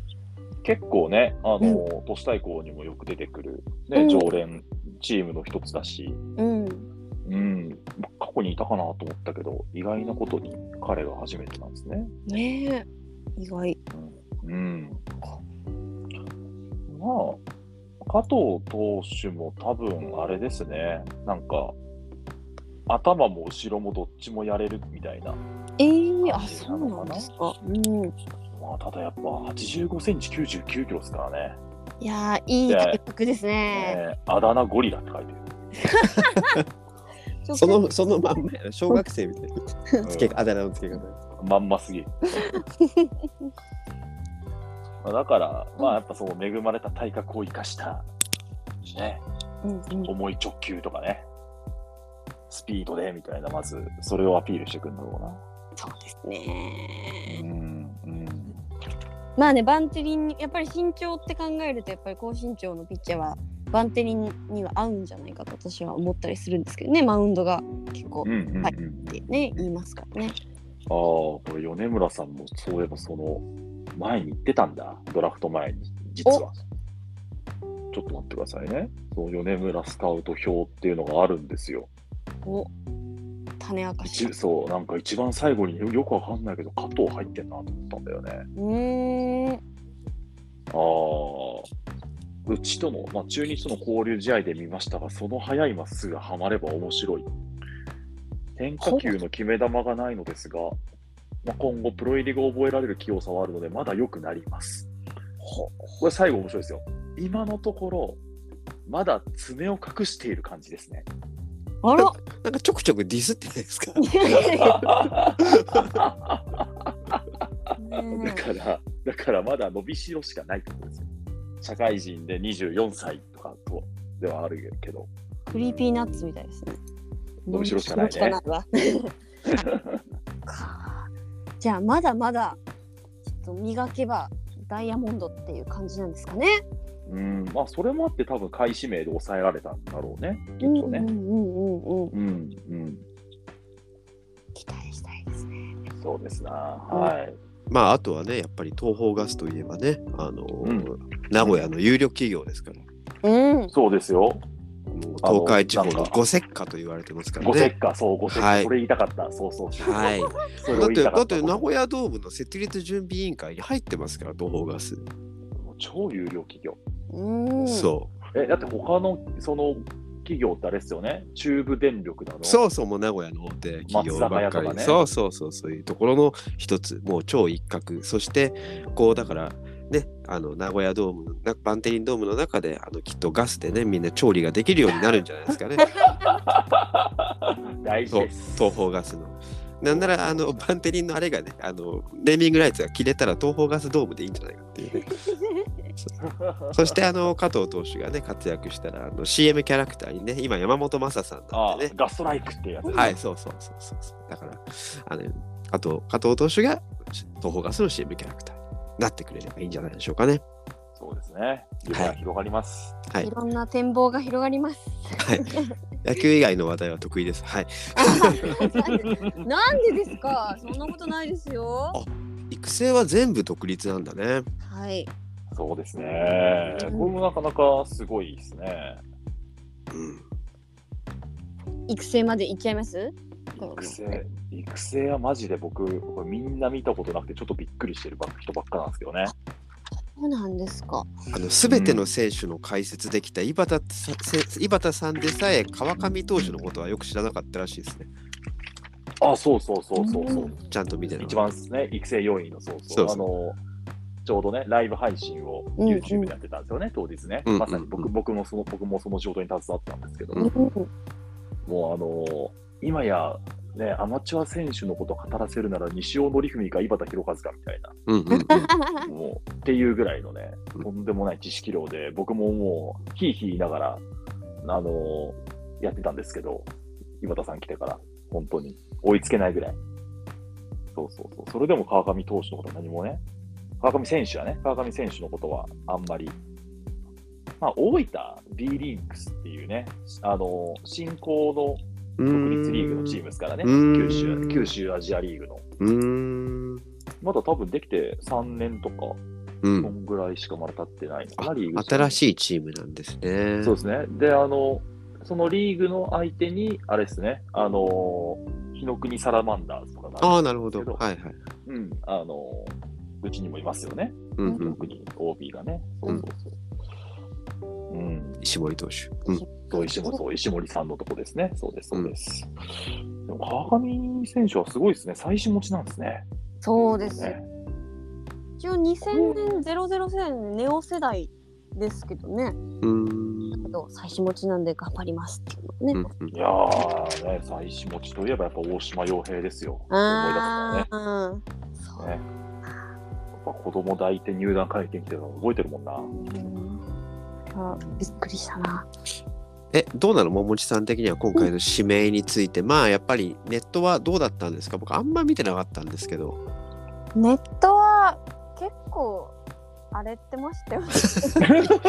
Speaker 2: 結構ねあのー、都市対抗にもよく出てくる、ね
Speaker 1: うん
Speaker 2: 常連チームの一つだし、
Speaker 1: うん。
Speaker 2: うん、過去にいたかなと思ったけど意外なことに彼が初めてなんですね。
Speaker 1: ねえ。意外。
Speaker 2: うん、まあ加藤投手も多分あれですねなんか頭も後ろもどっちもやれるみたいな、
Speaker 1: えー、あ、
Speaker 2: 感じ
Speaker 1: そ
Speaker 2: な
Speaker 1: う
Speaker 2: の
Speaker 1: な
Speaker 2: か
Speaker 1: ん
Speaker 2: な
Speaker 1: ですか。うん。
Speaker 2: まあ、ただやっぱ85センチ99キロですからね、
Speaker 1: いやー、いい体格ですね。
Speaker 2: えーあだ名ゴリラって書いて
Speaker 1: ちょっと
Speaker 3: そのそのまんまやな小学生みたいな
Speaker 2: る、
Speaker 3: つけあだ名のつけ方です
Speaker 2: まんますぎる。 まあだから、まあやっぱそう恵まれた体格を生かした、ね、
Speaker 1: うんうん
Speaker 2: 重い直球とかね、スピードでみたいな、まずそれをアピールしてくるんだろ
Speaker 1: そうです
Speaker 2: うな。
Speaker 1: ね。
Speaker 2: うん、うん。
Speaker 1: まあね、バンテリンに、やっぱり身長って考えると、やっぱり高身長のピッチャーは。バンテリンには合うんじゃないかと私は思ったりするんですけどね、マウンドが結構
Speaker 2: うんうんうん
Speaker 1: はいってね、言いますからね。
Speaker 2: ああ、これ米村さんもそういえばその前に言ってたんだ、ドラフト前に、実は。ちょっと待ってくださいね。その米村スカウト表っていうのがあるんですよ。
Speaker 1: お種明かし。
Speaker 2: 一そうなんか一番最後によくわかんないけど加藤入ってんなと思ったんだよね
Speaker 1: うーん。
Speaker 2: ああうちとの、まあ、中日との交流試合で見ましたがその速いまっすぐはまれば面白い変化球の決め球がないのですが、まあ、今後プロ入りが覚えられる器用さはあるのでまだ良くなりますこれ最後面白いですよ今のところまだ爪を隠している感じですね
Speaker 1: あ ら。
Speaker 3: なんかちょくちょくディスってないですか
Speaker 2: だから、だからまだ伸びしろしかないってことですよ。社会人で24歳とかとではあるけど、
Speaker 1: クリーピーナッツみたいですね。
Speaker 2: 伸びしろしかないね
Speaker 1: 伸びしろしかないわか じゃあまだまだちょっと磨けばダイヤモンドっていう感じなんですかね。
Speaker 2: うん、まあそれもあって多分買い指名で抑えられたんだろうね、きっと
Speaker 1: うんう
Speaker 2: ね。
Speaker 1: んうんうん。
Speaker 2: うん、うん、
Speaker 1: 期待したいですね。
Speaker 2: そうですな。はい。
Speaker 3: まああとはねやっぱり東方ガスといえばねあの、
Speaker 2: ん
Speaker 3: 名古屋の有力企業ですから
Speaker 1: うん。
Speaker 2: そうですよ。
Speaker 3: もう
Speaker 2: あの
Speaker 3: 東海地方
Speaker 2: なん
Speaker 3: の
Speaker 2: か
Speaker 3: 五石化と言われてますから
Speaker 2: ごせ
Speaker 3: ね
Speaker 2: っ。か、そう、ごせっか、
Speaker 3: はい
Speaker 2: それ言いたかった。そうそうそう。
Speaker 3: はい、だ
Speaker 2: それを
Speaker 3: っ
Speaker 2: 言
Speaker 3: て
Speaker 2: いたか
Speaker 3: だ
Speaker 2: っ。
Speaker 3: ったて名古屋ドームの設立準備委員会に入ってますから東方ガス、
Speaker 2: もう超有料企業。
Speaker 1: うん。
Speaker 3: そう
Speaker 2: え、だって他の、その企業ってあれですよね。中部電力なの。
Speaker 3: そうそうもう名古屋の大手企業ばっ
Speaker 2: 松坂
Speaker 3: か
Speaker 2: 屋
Speaker 3: り、
Speaker 2: とかね
Speaker 3: そうそうそうそういうところの一つもう超一角そしてこうだからね、あの名古屋ドームのなバンテリンドームの中であのきっとガスでねみんな調理ができるようになるんじゃないで すかね
Speaker 2: 大事
Speaker 3: そう
Speaker 2: です。
Speaker 3: 東方ガスの。なんならあのバンテリンのあれがねあのネーミングライツが切れたら東方ガスドームでいいんじゃないかっていう ねそしてあの加藤投手がね活躍したらあの CM キャラクターにね今山本昌さんな
Speaker 2: あ
Speaker 3: んでね
Speaker 2: ガストライクってやつ。
Speaker 3: はい、そうそうそうそうそう。だから、あの、あと、加藤投手が東方ガスの CM キャラクターになってくれればいいんじゃないでしょうかね。
Speaker 2: そうですね。夢が広がります。
Speaker 3: はい
Speaker 1: いろんな展望が広がります。
Speaker 3: はい。野球以外の話題は得意です。はい。
Speaker 1: なんでですか。そんなことないですよ。
Speaker 3: 育成は全部独立なんだね。
Speaker 1: はい。
Speaker 2: そうですね。これもなかなかすごいですね。
Speaker 3: うん。
Speaker 1: 育成まで行っちゃいます。
Speaker 2: 育成、育成はマジで僕、これみんな見たことなくて、ちょっとびっくりしてる人ばっかなんですけどね。
Speaker 1: そうなんですか。
Speaker 3: あの、すべての選手の解説できた井端させ井端さんでさえ川上投手のことはよく知らなかったらしいですね。
Speaker 2: あ、そうそうそうそうそう。
Speaker 3: ちゃんと見てなかっ
Speaker 2: 一
Speaker 3: た
Speaker 2: 番ですね、育成要員の、そうそう
Speaker 3: そうそう
Speaker 2: あのちょうどね、ライブ配信を
Speaker 1: うんうん
Speaker 2: YouTube でやってたんですよね、当日ね。
Speaker 3: うんうんうん
Speaker 2: まさに僕僕もその僕もその仕事に携わったんですけど、
Speaker 3: うん
Speaker 2: もうあの今や、ね、アマチュア選手のことを語らせるなら、西尾則文か井端弘和かみたいな、
Speaker 3: うんうんうん。
Speaker 2: もうっていうぐらいのね、
Speaker 3: うん
Speaker 2: とんでもない知識量で、僕ももう、ひいひい言いながら、あのやってたんですけど、井端さん来てから、本当に追いつけないぐらい。そうそうそう。それでも川上投手のことは何もね、川上選手はね、川上選手のことはあんまり、まあ、大分 B リーグスっていうね、あの新興
Speaker 3: う
Speaker 2: の
Speaker 3: ん
Speaker 2: 独立リーグのチームですからね、
Speaker 3: うん
Speaker 2: 九州、九州アジアリーグの。
Speaker 3: うん。
Speaker 2: まだ多分できて3年とか、
Speaker 3: う
Speaker 2: そ
Speaker 3: ん。
Speaker 2: んぐらいしかまだ経ってないのかな、リーグ
Speaker 3: 新
Speaker 2: い。
Speaker 3: しいチームなんですね。
Speaker 2: そうですね。で、あの、そのリーグの相手に、あれですね、あの、日の国サラマンダーズとかがあ
Speaker 3: ああ、
Speaker 2: る
Speaker 3: なるほど。
Speaker 2: けど
Speaker 3: はいはい。
Speaker 2: うん、あの、うちにもいますよね、
Speaker 3: うんうん。
Speaker 2: 特に OB がね。そ うそうそう。うん、
Speaker 3: 石森投手。うん。
Speaker 2: そう石森そう石森さんのとこですね、そうです、そうです。でも川上選手はすごいですね、最新持ちなんですね。
Speaker 1: そうです。
Speaker 2: ね
Speaker 1: 一応2000年ゼロゼロ世代のネオ世代ですけどね。
Speaker 3: うん。
Speaker 1: けど最初持ちなんで頑張りますっていうのね。
Speaker 2: いやー、ね、最新持ちといえばやっぱ大島洋平ですよ、思い出すからね
Speaker 1: あ。あ、そう。
Speaker 2: ねやっぱ子供抱いて入団会見来てるの覚えてるもんな。
Speaker 1: うんあびっくりしたな。
Speaker 3: えどうなの桃地さん的には今回の指名について、まあやっぱりネットはどうだったんですか僕あんま見てなかったんですけど
Speaker 1: ネットは結構荒れてましたよね。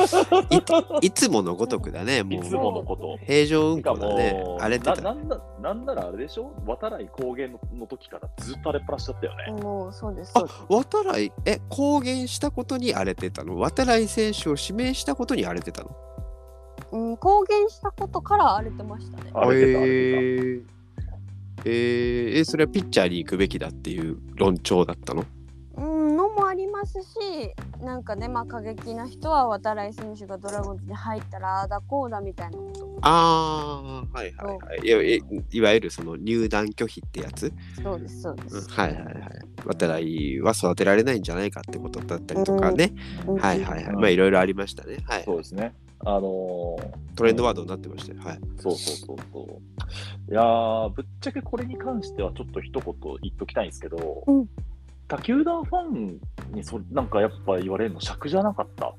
Speaker 3: いつものごとくだね
Speaker 2: い
Speaker 3: も
Speaker 2: つ
Speaker 3: う
Speaker 2: ものこと。
Speaker 3: 平常運
Speaker 2: しか
Speaker 3: 行だね
Speaker 2: も、
Speaker 3: 荒れてた
Speaker 2: ななんななんならあれでしょ渡来高原のの時からずっと荒れっぱらしちゃったよね。
Speaker 1: もうそうです。そうです
Speaker 3: 渡来え公言したことに荒れてたの渡来選手を指名したことに荒れてたの
Speaker 1: うん、公言したことから荒れてましたね。
Speaker 2: 荒れてた、
Speaker 3: え
Speaker 2: 荒れて
Speaker 3: ーえーえそれはピッチャーに行くべきだっていう論調だったの
Speaker 1: うん、のもありますし、なんかね、まあ過激な人は渡来選手がドラゴンズに入ったらああだこうだみたいなことを。
Speaker 3: ああはいはいはいいやいいわゆるその入団拒否ってやつ
Speaker 1: そうです、そうです。
Speaker 3: はいはいはい。渡来は育てられないんじゃないかってことだったりとかね。
Speaker 1: うん
Speaker 3: はいはいはい。まあいろいろありましたね。はい
Speaker 2: た。。そうですね。あのー
Speaker 3: トレンドワードになってましたよ。はい。
Speaker 2: そうそうそうそう。いやー、ぶっちゃけこれに関してはちょっと一言言っときたいんですけど、
Speaker 1: うん
Speaker 2: 他球団ファンにそなんかやっぱ言われるの尺じゃなかった。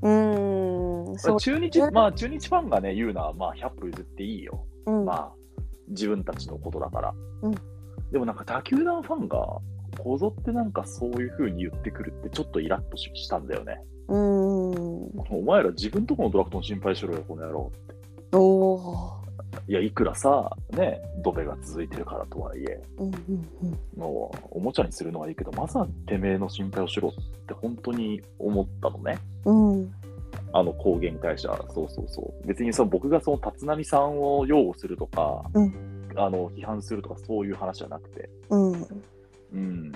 Speaker 1: うん、そう。
Speaker 2: 中日、まあ中日ファンがね、言うのは、まあ100歩譲っていいよ。
Speaker 1: うん、
Speaker 2: まあ、自分たちのことだから。
Speaker 1: うん
Speaker 2: でもなんか他球団ファンが、こぞってなんかそういう風に言ってくるってちょっとイラッとししたんだよね。
Speaker 1: うん。
Speaker 2: お前ら自分とこのドラフトの心配しろよ、この野郎。
Speaker 1: おお。
Speaker 2: いや、いくらさ、ね、ドベが続いてるからとはいえ、
Speaker 1: うんうんうん。
Speaker 2: もうおもちゃにするのはいいけど、まずはてめえの心配をしろって本当に思ったのね。
Speaker 1: うん。
Speaker 2: あの公言会社、そうそうそう。別にその僕がその立浪さんを擁護するとか、
Speaker 1: う
Speaker 2: あの批判するとかそういう話じゃなくて、
Speaker 1: うん。
Speaker 2: うん、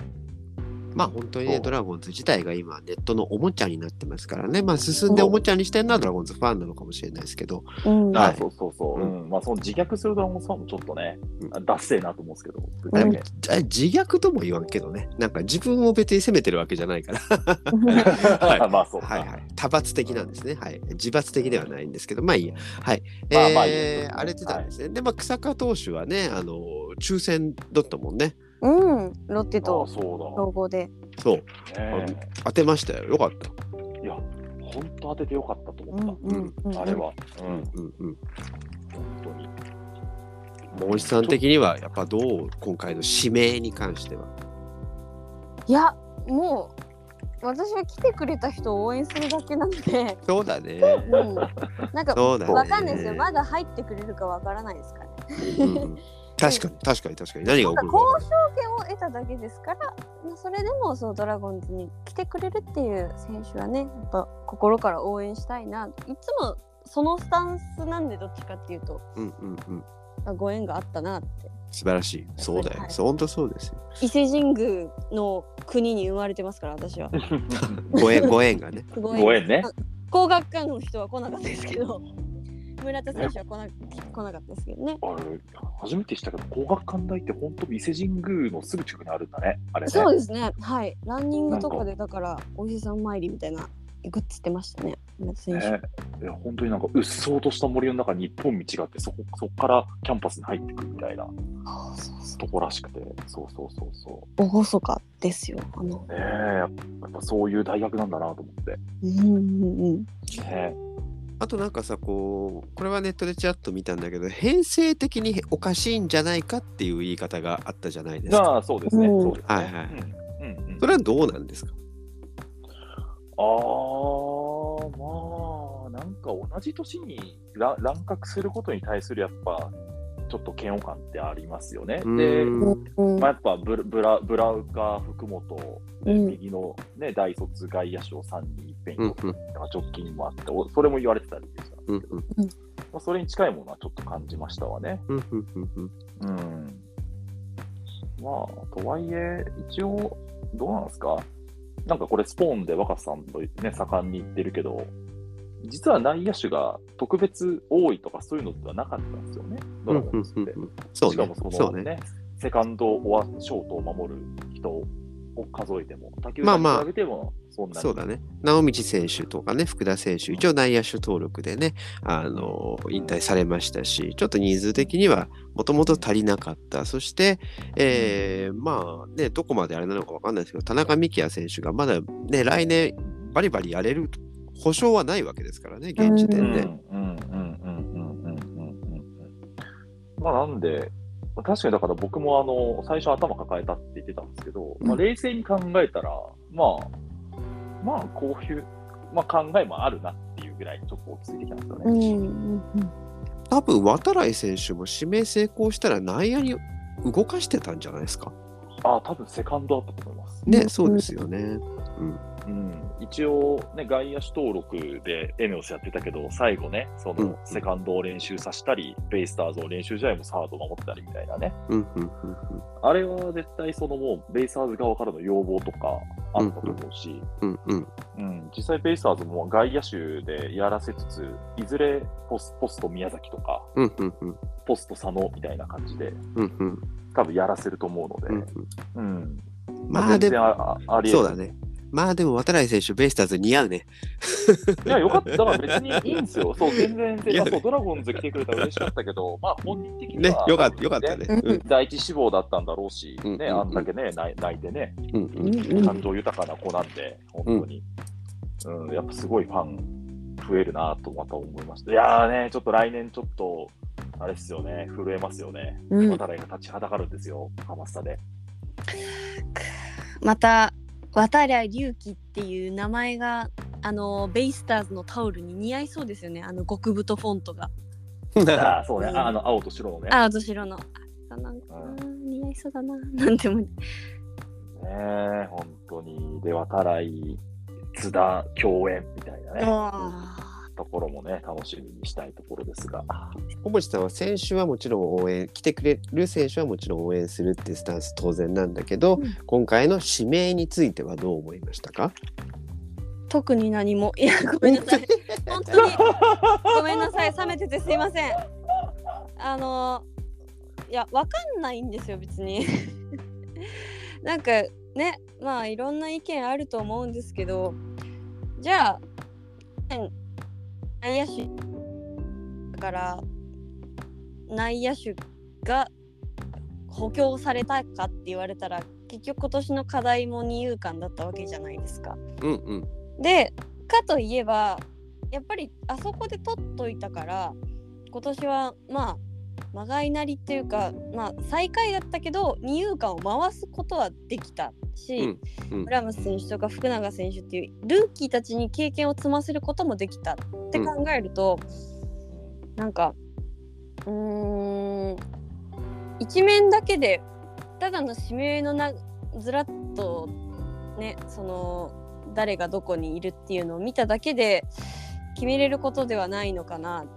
Speaker 3: まあ本当にね、
Speaker 2: そう
Speaker 3: ドラゴンズ自体が今ネットのおもちゃになってますからね、まあ進んでおもちゃにしてるのはドラゴンズファンなのかもしれないですけど、
Speaker 1: うん
Speaker 2: あ
Speaker 3: はい
Speaker 2: そうそうそう、うんまあ、その自虐するドラゴンズファンもちょっとね
Speaker 3: うん、
Speaker 2: あダッセーなと思うんですけど、ぶっち
Speaker 3: で
Speaker 2: ゃ
Speaker 3: も
Speaker 2: け
Speaker 3: じゃあ自虐とも言わんけどね、なんか自分を別に責めてるわけじゃないから、はい
Speaker 2: まあそうか、
Speaker 3: はいはい、多罰的なんですね、はい、自罰的ではないんですけど、まあいいや、はい、
Speaker 2: まあまあいい
Speaker 3: え
Speaker 2: です
Speaker 3: ー、荒れてたんですね、で、まあ、草加投手はね、あの抽選だったもんね、
Speaker 1: うん、ロッテ
Speaker 2: ああ
Speaker 1: と
Speaker 2: そ
Speaker 1: 競合で。
Speaker 3: そう、
Speaker 2: うだ、ね
Speaker 3: 当てましたよ、よかった。
Speaker 2: え、いや、本当当ててよかったと
Speaker 1: うん
Speaker 2: 思っ
Speaker 1: うんうん
Speaker 2: た、あれは、うん、
Speaker 3: うんう
Speaker 2: 本
Speaker 3: ん、
Speaker 2: 当に。
Speaker 3: 森さん的にはやっぱどう今回の指名に関しては。
Speaker 1: いや、もう私は来てくれた人を応援するだけなので、
Speaker 3: そうだね。
Speaker 1: うん、なんか
Speaker 3: そうだね。
Speaker 1: わかんないですよ。まだ入ってくれるかわからないですから、ね。
Speaker 3: うんうん確かに確かに確かに何が
Speaker 1: な
Speaker 3: 起
Speaker 1: ん
Speaker 3: こ
Speaker 1: か
Speaker 3: る
Speaker 1: 交
Speaker 3: かわかんない
Speaker 1: 渉権を得ただけですから、まあそれでもそうドラゴンズに来てくれるっていう選手はね、やっぱ心から応援したいな。いつもそのスタンスなんでどっちかっていうと、
Speaker 3: うんうんうん。
Speaker 1: あご縁があったなって。
Speaker 3: 素晴らしい。そうだよ。
Speaker 1: はい
Speaker 3: そう本当そうですよ。
Speaker 1: 伊勢神宮の国に生まれてますから私は。
Speaker 3: ご縁ご縁がね。
Speaker 1: すごい
Speaker 2: ご縁ね。
Speaker 1: 工学科の人は来なかったですけ ど、村田選手は来な来なかったですけどね。
Speaker 2: あれ初めて知ったけど、工学館大って本当に伊勢神宮のすぐ近くにあるんだね、あれね。
Speaker 1: そうですね。はい。ランニングとか
Speaker 2: な
Speaker 1: でだからお医者さん参りみたいな行くっつってましたね。村田選手。
Speaker 2: ね、いや本当になんかうっそうとした森の中に一本道があってそこそこからキャンパスに入ってくみたいな
Speaker 1: あそうそ。
Speaker 2: とこらしくてそうそうそうそう
Speaker 1: おごそかですよ。あの。
Speaker 2: うねえやっぱそういう大学なんだなと思っ
Speaker 1: うんうんうん。
Speaker 2: てね
Speaker 3: あとなんかさこうこれはネットでチラッと見たんだけど編成的におかしいんじゃないかっていう言い方があったじゃないですか。
Speaker 2: ああそうですね
Speaker 1: うん
Speaker 2: そうですね
Speaker 3: はいはい
Speaker 2: うんうんうん
Speaker 3: それはどうなんですか。
Speaker 2: あーまあなんか同じ年にら乱獲することに対するやっぱちょっと嫌悪感ってありますよね
Speaker 3: う
Speaker 2: で
Speaker 3: ーん
Speaker 1: うん
Speaker 2: まあ、やっぱブラブラブラウカ、福本、ね
Speaker 1: うん
Speaker 2: 右の、ね、大卒外野手を3人いっぺん
Speaker 3: う
Speaker 2: に
Speaker 3: んうん
Speaker 2: 直近もあって、おそれも言われてたりですから、
Speaker 3: うんうん
Speaker 2: まあ、それに近いものはちょっと感じましたわね。
Speaker 3: うんうんうんうん
Speaker 2: うん、まあ、とはいえ、一応、どうなんですか、なんかこれ、スポーンで若狭さんと、ね、盛んに言ってるけど、実は内野手が特別多いとか、そういうのではなかったんですよね、ドラゴンズって。
Speaker 3: うんうんうんそう
Speaker 2: しか
Speaker 3: ね
Speaker 2: もそ。
Speaker 3: そう
Speaker 2: のね
Speaker 3: ね。
Speaker 2: セカンドオアショートを守る人を数えても、他球
Speaker 3: まあ
Speaker 2: 団
Speaker 3: ま
Speaker 2: に
Speaker 3: あ
Speaker 2: 比べてもそんなに、
Speaker 3: そうだね。直道選手とかね、福田選手、一応内野手登録でね、あの、引退されましたし、ちょっと人数的にはもともと足りなかった。そして、えーまあね、どこまであれなのかわかんないですけど、田中幹也選手がまだね、来年バリバリやれる保証はないわけですからね、現時
Speaker 2: うん
Speaker 3: 点
Speaker 2: う
Speaker 3: で。
Speaker 2: んうんうんうんうんうんうんうんまあなんで、まあ確かにだから僕もあの最初頭抱えたって言ってたんですけど、まあ、
Speaker 3: うん
Speaker 2: 冷静に考えたら、まあ、まあこういう、まあ、考えもあるなっていうぐらいちょっと落ち着いてきたんですよ
Speaker 1: うんう
Speaker 2: ね。
Speaker 1: んうん。
Speaker 3: 多分、渡来選手も指名成功したら内野に動かしてたんじゃないですか。
Speaker 2: ああ、多分セカンドだったと思います。
Speaker 3: ね、そうですよね。
Speaker 2: うん、一応、ね、外野手登録でエネオスやってたけど、最後ね、そ
Speaker 3: うん
Speaker 2: のセカンドを練習させたり、ベイスターズを練習試合もサードを守ったりみたいなね、
Speaker 3: うん、うん、うん
Speaker 2: あれは絶対、そのもう、ベイスターズ側からの要望とかあったと思うし、
Speaker 3: うん、うん、うん。
Speaker 2: うん、実際、ベイスターズも外野手でやらせつつ、いずれポスポスト宮崎とか、
Speaker 3: うん、うん、うん、
Speaker 2: ポスト佐野みたいな感じで、
Speaker 3: うん、うん
Speaker 2: 多分やらせると思う
Speaker 3: う
Speaker 2: の
Speaker 3: ん
Speaker 2: で、。うん、
Speaker 3: まあ、で
Speaker 2: 全然。
Speaker 3: も
Speaker 2: ああありえ
Speaker 3: そ
Speaker 2: る
Speaker 3: うだね。まあでも渡来選手、ベイスターズ似合うね。
Speaker 2: いや、よかった。だから別にいいんですよ。そう、全然、
Speaker 3: いや
Speaker 2: まあそうドラゴンズ来てくれたら嬉しかったけど、まあ、本人的に
Speaker 3: ね
Speaker 2: は、、
Speaker 3: よかった、よかったね。うん
Speaker 2: 第一志望だったんだろうし、
Speaker 3: うん
Speaker 2: ね、
Speaker 3: うん
Speaker 2: あんだけね、泣い泣いてね、
Speaker 3: うんうん
Speaker 1: うん
Speaker 2: 感情豊かな子なんで、本当に、うん、やっぱすごいファン増えるなとまた思いました。いやーね、ちょっと来年ちょっと、あれですよね、震えますよね。
Speaker 1: うん
Speaker 2: また来が立ちはだかるんですよ、ハマスタで。
Speaker 1: また渡良隆輝っていう名前があのベイスターズのタオルに似合いそうですよねあの極太フォントが
Speaker 2: ああ、そうね、
Speaker 1: うん
Speaker 2: ああの、青と白のね。
Speaker 1: 青と白のあなんか
Speaker 2: う
Speaker 1: 似合いそうだななんて思う
Speaker 2: ねえ本当に。で、渡来、津田、共演みたいなね。
Speaker 1: あー
Speaker 2: ところもね、楽しみにしたいところですが。
Speaker 3: 小渕さんは選手はもちろん応援来てくれる選手はもちろん応援するっていうスタンス当然なんだけど、
Speaker 1: うん
Speaker 3: 今回の指名についてはどう思いましたか
Speaker 1: 特に何もいやごめんなさい本当にごめんなさい冷めててすいませんあのいやわかんないんですよ別に なんかねまあいろんな意見あると思うんですけどじゃあうん内野手だから内野手が補強されたかって言われたら結局今年の課題も二遊間だったわけじゃないですか。
Speaker 3: うんうん
Speaker 1: でかといえばやっぱりあそこで取っといたから今年はまあまがいなりっていうか、まあ、最下位だったけど二遊間を回すことはできたし、
Speaker 3: うんうん
Speaker 1: ブラムス選手とか福永選手っていうルーキーたちに経験を積ませることもできたって考えると、なんかうーん一面だけでただの指名のなずらっとねその誰がどこにいるっていうのを見ただけで決めれることではないのかなっ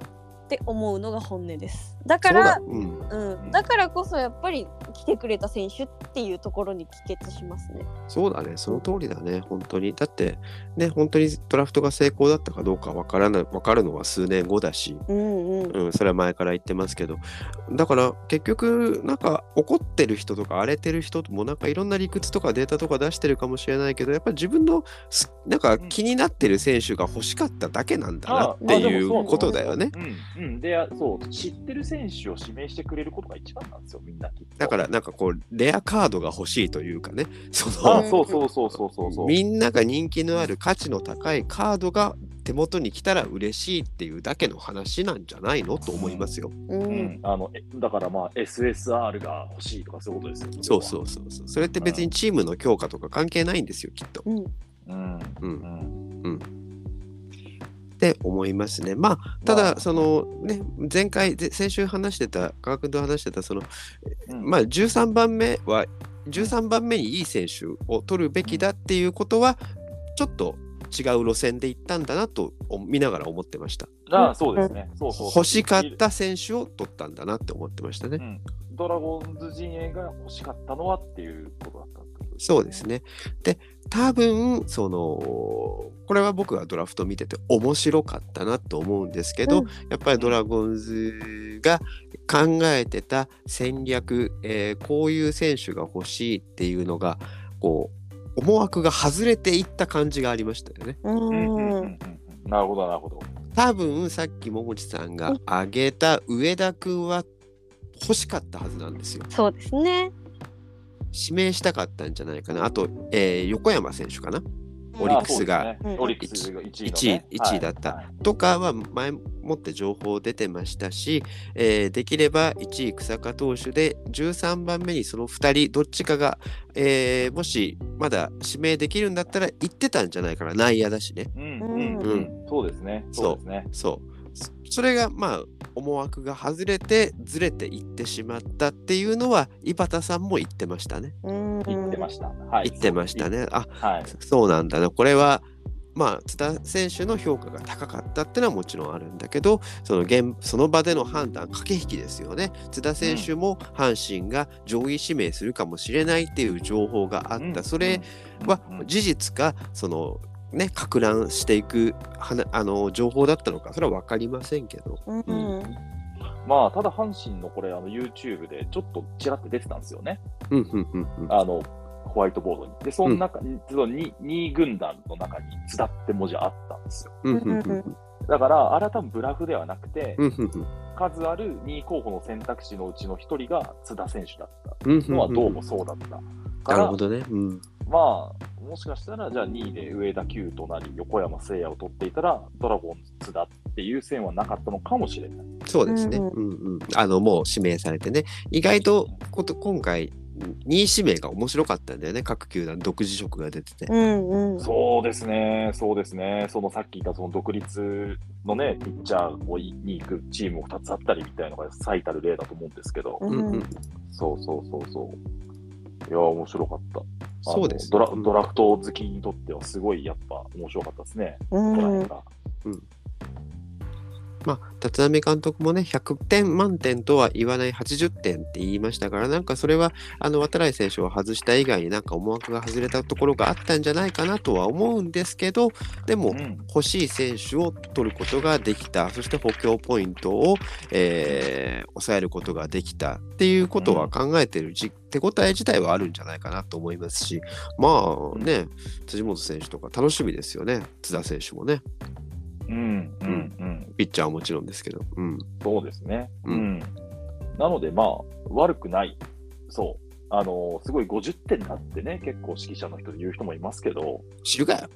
Speaker 1: て思うのが本音ですだか
Speaker 3: そう
Speaker 1: ら
Speaker 3: だ、うん、
Speaker 1: うん、だからこそやっぱり来てくれた選手っていうところに帰結しますね
Speaker 3: そうだね、その通りだね、本当に。だって、ね、本当にドラフトが成功だったかどうかわからない、わかるのは数年後だし、
Speaker 1: うんうん
Speaker 3: うん、それは前から言ってますけど、だから結局、なんか怒ってる人とか荒れてる人も、なんかいろんな理屈とかデータとか出してるかもしれないけど、やっぱり自分のす、なんか気になってる選手が欲しかっただけなんだな
Speaker 2: あ
Speaker 3: ってい
Speaker 2: まあでもそう
Speaker 3: うことだよね。
Speaker 2: うん、うん、で、あそう、知ってる選手を指名してくれることが一番なんですよ、みんなきっと。
Speaker 3: だから、なんかこう、レアカードが欲しいというかね、その、
Speaker 2: あ、そうそうそうそうそうそう。
Speaker 3: みんなが人気のある価値の高いカードが手元に来たら嬉しいっていうだけの話なんじゃないのと思いますよ。
Speaker 1: うん
Speaker 2: うん、あのえだからまあ SSR が欲しいとかそういうことですよね。
Speaker 3: そうそうそうそう。それって別にチームの強化とか関係ないんですよきっと。
Speaker 1: うん
Speaker 2: うん。う
Speaker 3: う、
Speaker 2: んん。
Speaker 3: って思いますね。まあた
Speaker 2: ま
Speaker 3: だ
Speaker 2: あ
Speaker 3: そのね前回ぜ先週話してた川君と話してたその
Speaker 2: うん
Speaker 3: まあ13番目は13番目にいい選手を取るべきだっていうことはちょっと違う路線で行ったんだなとお見ながら思ってました。
Speaker 2: ああそうですね。そうそうそう
Speaker 3: 欲しかった選手を取ったんだなって思ってましたね。
Speaker 2: ドラゴンズ陣営が欲しかったのはっていうことだったってこと
Speaker 3: そうですね。で、多分、その、これは僕がドラフト見てて面白かったなと思うんですけど、
Speaker 1: うん
Speaker 3: やっぱりドラゴンズが考えてた戦略、えーこういう選手が欲しいっていうのが、こう、思惑が外れていった感じがありましたよね。
Speaker 1: う
Speaker 2: うんうん
Speaker 1: ん
Speaker 2: うんう
Speaker 1: うん
Speaker 2: んうんなるほど、なるほど。
Speaker 3: 多分、さっきももちさんが挙げた上田君は欲しかったはずなんですよ。
Speaker 1: そうですね
Speaker 3: 指名したかったんじゃないかな。あと、えー横山選手かな。オリックスが
Speaker 2: あそうですね
Speaker 1: うん
Speaker 2: オリックスが1位のね
Speaker 3: 一位一位だった
Speaker 2: はい
Speaker 3: とかは前もって情報出てましたし、えーできれば1位草加投手で13番目にその2人どっちかが、えーもしまだ指名できるんだったら行ってたんじゃないかな内野だしね
Speaker 2: うんうん
Speaker 1: うん
Speaker 2: うん。そうですね。そうですね。
Speaker 3: そうそそれがまあ思惑が外れてずれていってしまったっていうのは井端さんも言ってましたね
Speaker 1: うん
Speaker 2: 言ってました。はい。
Speaker 3: 言ってました。ねあ
Speaker 2: はい。
Speaker 3: そうなんだな、これは、まあ、津田選手の評価が高かったってのはもちろんあるんだけど、その現その場での判断、駆け引きですよね。津田選手も阪神が上位指名するかもしれないっていう情報があった、
Speaker 2: うん
Speaker 3: それは事実か、その、ね、か乱していくはなあの情報だったのか、それは分かりませんけど、
Speaker 1: うんうん
Speaker 2: まあ、ただ阪神のこれ、あの YouTube でちょっとちらっと出てたんですよね、
Speaker 3: うんうんうんうん
Speaker 2: あのホワイトボードに。で、その中に、その 2, 位軍団の中に、津田って文字あったんですよ。
Speaker 3: うんうんうん
Speaker 2: だから、あれは多分ブラフではなくて、
Speaker 3: うんうんうん
Speaker 2: 数ある2位候補の選択肢のうちの1人が津田選手だった
Speaker 3: うんうん
Speaker 2: のは、どうもそうだった。か
Speaker 3: なる
Speaker 2: ら
Speaker 3: ほ、どね。うん
Speaker 2: まあ、もしかしたら、じゃあ2位で上田九となり、横山聖也を取っていたら、ドラゴンズ津田っていう線はなかったのかもしれない。
Speaker 3: そうですね。
Speaker 1: う
Speaker 3: うんん
Speaker 1: う
Speaker 3: うん。あの、もう指名されてね。意外と、こと今回、2位指名が面白かったんだよね。各球団、独自色が出てて。
Speaker 1: うんうん
Speaker 2: そうですね、そうですね、そのさっき言ったその独立のね、ピッチャーをいに行くチームも2つあったりみたいなのが最たる例だと思うんですけど、
Speaker 1: う
Speaker 3: うんん
Speaker 1: う
Speaker 3: うんん。
Speaker 2: そうそうそうそう。いやー、面白かった。あの
Speaker 3: そうです。
Speaker 2: ドラ。ドラフト好きにとっては、すごいやっぱ面白かったですね、
Speaker 1: う
Speaker 2: ドラ
Speaker 1: ん
Speaker 2: フトが。
Speaker 3: まあ、立浪監督もね、100点満点とは言わない80点って言いましたから、なんかそれは、あの、渡来選手を外した以外になんか思惑が外れたところがあったんじゃないかなとは思うんですけど、でも、
Speaker 2: うん
Speaker 3: 欲しい選手を取ることができた、そして補強ポイントを、えー抑えることができたっていうことは考えてるじ、手応え自体はあるんじゃないかなと思いますし、まあね、辻元選手とか楽しみですよね、津田選手もね、
Speaker 2: うんうんうん、
Speaker 3: ピッチャーはもちろんですけど。うん
Speaker 2: そうですね。
Speaker 3: う
Speaker 2: うんん。なので、まあ、悪くない。そう。あのすごい50点だってね、結構指揮者の人で言う人もいますけど、
Speaker 3: 知るかよ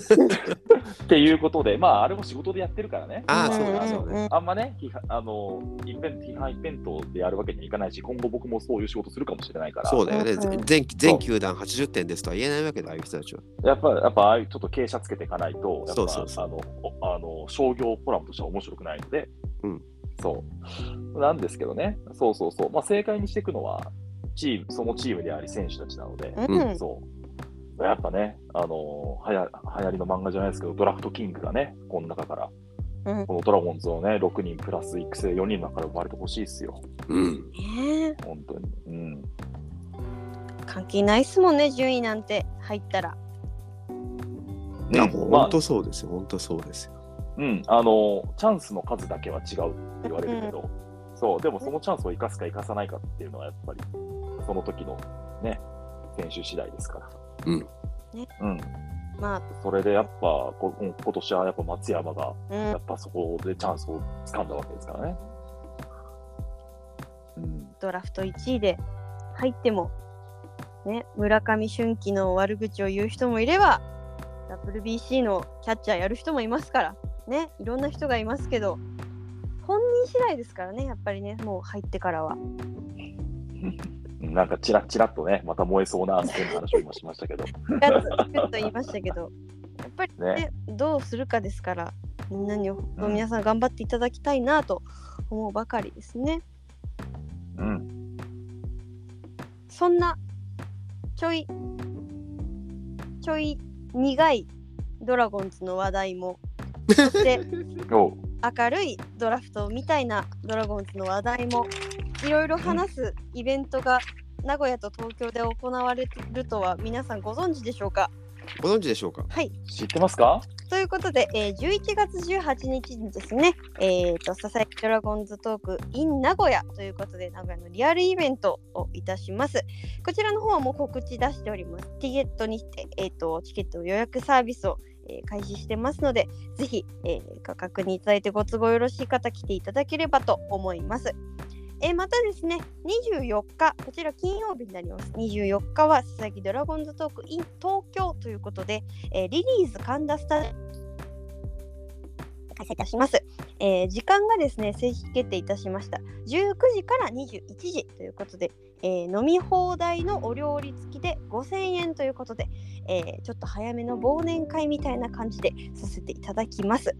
Speaker 2: っていうことで、まあ、あれも仕事でやってるからね。
Speaker 1: ー
Speaker 3: あ
Speaker 2: ま
Speaker 1: そうだ
Speaker 2: あ
Speaker 1: そうだ
Speaker 2: のあんまね、批判あの一辺批判一辺倒でやるわけにはいかないし、今後僕もそういう仕事するかもしれないから、
Speaker 3: そうだよね、
Speaker 1: うん
Speaker 3: 全全球団80点ですとは言えないわけだ、ああいう人たちは。
Speaker 2: やっぱ、やっぱああいうちょっと傾斜つけていかないと、やっぱ
Speaker 3: そうそうそ
Speaker 2: あのおあの商業コラムとしては面白くないので、
Speaker 3: うん
Speaker 2: そう。なんですけどね、そうそうそう、まあ、正解にしていくのは、チーム、そのチームであり、選手たちなので、
Speaker 1: うんうん
Speaker 2: そう。やっぱね、あのはや流行りの漫画じゃないですけど、ドラフトキングがね、この中から、
Speaker 1: うん
Speaker 2: このドラゴンズをね、6人プラス育成4人の中から生まれてほしいですよ、
Speaker 3: うん、
Speaker 1: ねえ
Speaker 2: 本当に。うん、
Speaker 1: 関係ないっすもんね順位なんて入ったら
Speaker 3: いや、
Speaker 2: うん
Speaker 3: もう
Speaker 2: まあ
Speaker 3: 本当そうですよ、本当そうですよ。
Speaker 2: うん、あのチャンスの数だけは違うって言われるけど、そうでもそのチャンスを生かすか生かさないかっていうのはやっぱりその時のね選手次第ですから。
Speaker 3: うん
Speaker 1: ね
Speaker 2: うん、
Speaker 1: ま
Speaker 2: それでやっぱこうん今年はやっぱ松山が
Speaker 1: あう
Speaker 2: や
Speaker 1: ん
Speaker 2: っぱそこでチャンスを掴んだわけですからね。うん、
Speaker 1: ドラフト1位で入っても、ね、村上春樹の悪口を言う人もいれば WBC のキャッチャーやる人もいますから、ね、いろんな人がいますけど本人次第ですからねやっぱりねもう入ってからは。
Speaker 2: なんかちらちらっとねまた燃えそうなそんな話を今しましたけど。
Speaker 1: ガッツ作ると言いましたけどやっぱりねどうするかですからみんなに、
Speaker 2: ん
Speaker 1: 皆さん頑張っていただきたいなと思うばかりですね。
Speaker 2: うん、
Speaker 1: そんなちょいちょい苦いドラゴンズの話題もそして
Speaker 2: おう
Speaker 1: 明るいドラフトみたいなドラゴンズの話題もいろいろ話すイベントが名古屋と東京で行われてるとは皆さんご存知でしょうか
Speaker 3: ご存知でしょうか
Speaker 1: はい
Speaker 2: 知ってますか
Speaker 1: ということで、えー11月18日にですね、えー、と佐々木ドラゴンズトーク in 名古屋ということで名古屋のリアルイベントをいたしますこちらの方はもう告知出しておりますティケットにして、えー、とチケット予約サービスを、えー開始してますのでぜひ、えーご確認いただいてご都合よろしい方来ていただければと思いますえーまたですね24日こちら金曜日になります24日は佐々木ドラゴンズトーク in 東京ということで、えーリリーズ神田スタジオ開催いたします、えー時間がですね正式決定いたしました19時から21時ということで、えー飲み放題のお料理付きで5000円ということで、えーちょっと早めの忘年会みたいな感じでさせていただきます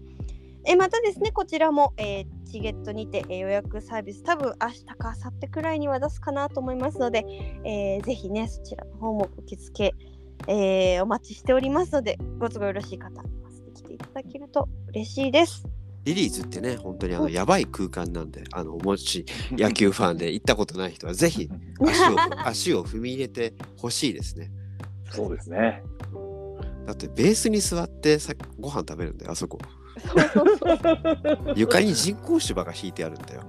Speaker 1: えーまたですねこちらも、えーチゲットにて、えー予約サービス多分明日か明後日くらいには出すかなと思いますので、えーぜひねそちらの方も受付、えーお待ちしておりますのでご都合よろしい方遊びに来ていただけると嬉しいです
Speaker 3: リリーズってね、本当にあ
Speaker 1: う
Speaker 3: の
Speaker 1: ん
Speaker 3: やばい空間なんで、あのもし野球ファンで行ったことない人は、ぜひ 足を足を踏み入れてほしいですね。
Speaker 2: そうですね。
Speaker 3: だってベースに座ってさご飯食べるんだよ、あそこ。
Speaker 1: そうそうそう
Speaker 3: 床に人工芝が敷いてあるんだよ。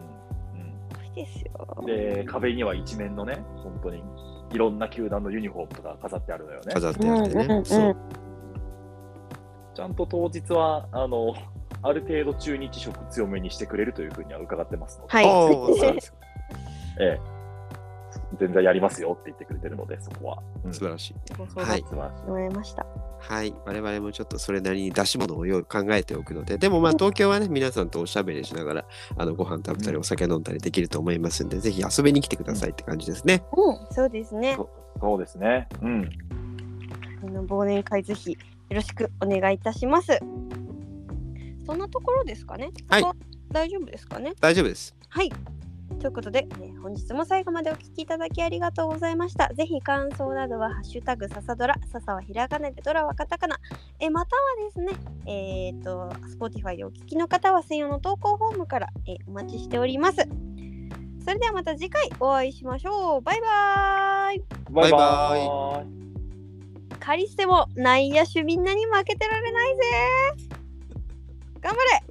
Speaker 2: うん
Speaker 1: ですよ。
Speaker 2: で壁には一面のね、本当にいろんな球団のユニフォームとか飾ってあるのよね。
Speaker 3: 飾ってあって
Speaker 1: うんうんう
Speaker 3: ね
Speaker 1: ん。
Speaker 3: そう。
Speaker 2: ちゃんと当日はあのある程度中日色強めにしてくれるというふうには伺ってますので、
Speaker 1: はい
Speaker 3: あーそうなんですよ
Speaker 2: ええ、全然やりますよって言ってくれてるので、そこは。うん
Speaker 3: 素晴らしい。
Speaker 1: そう
Speaker 3: はい
Speaker 1: だ
Speaker 2: 素晴らしい
Speaker 1: 思いました。
Speaker 3: はい、我々もちょっとそれなりに出し物を用意考えておくので、でもまあ東京はね、皆さんとおしゃべりしながら、あのご飯食べたり
Speaker 2: うん
Speaker 3: お酒飲んだりできると思いますんで、ぜひ遊びに来てくださいって感じですね。
Speaker 1: うん、そうですね。
Speaker 2: そそうですね。うん。
Speaker 1: あの忘年会ぜひよろしくお願いいたします。そんなところですかね。
Speaker 3: はい
Speaker 1: 他大丈夫ですかね。
Speaker 3: 大丈夫です。
Speaker 1: はい。ということで、えー本日も最後までお聞きいただきありがとうございました。ぜひ感想などは、ハッシュタグささドラ、ささはひらがなでドラはカタカナ、えーまたはですね、えー、と、Spotify でお聞きの方は専用の投稿フォームから、えーお待ちしております。それではまた次回お会いしましょう。バイバーイ
Speaker 2: バイバ
Speaker 3: バイ
Speaker 2: ーイ。
Speaker 1: カリステも内野手みんなに負けてられないぜ頑張れ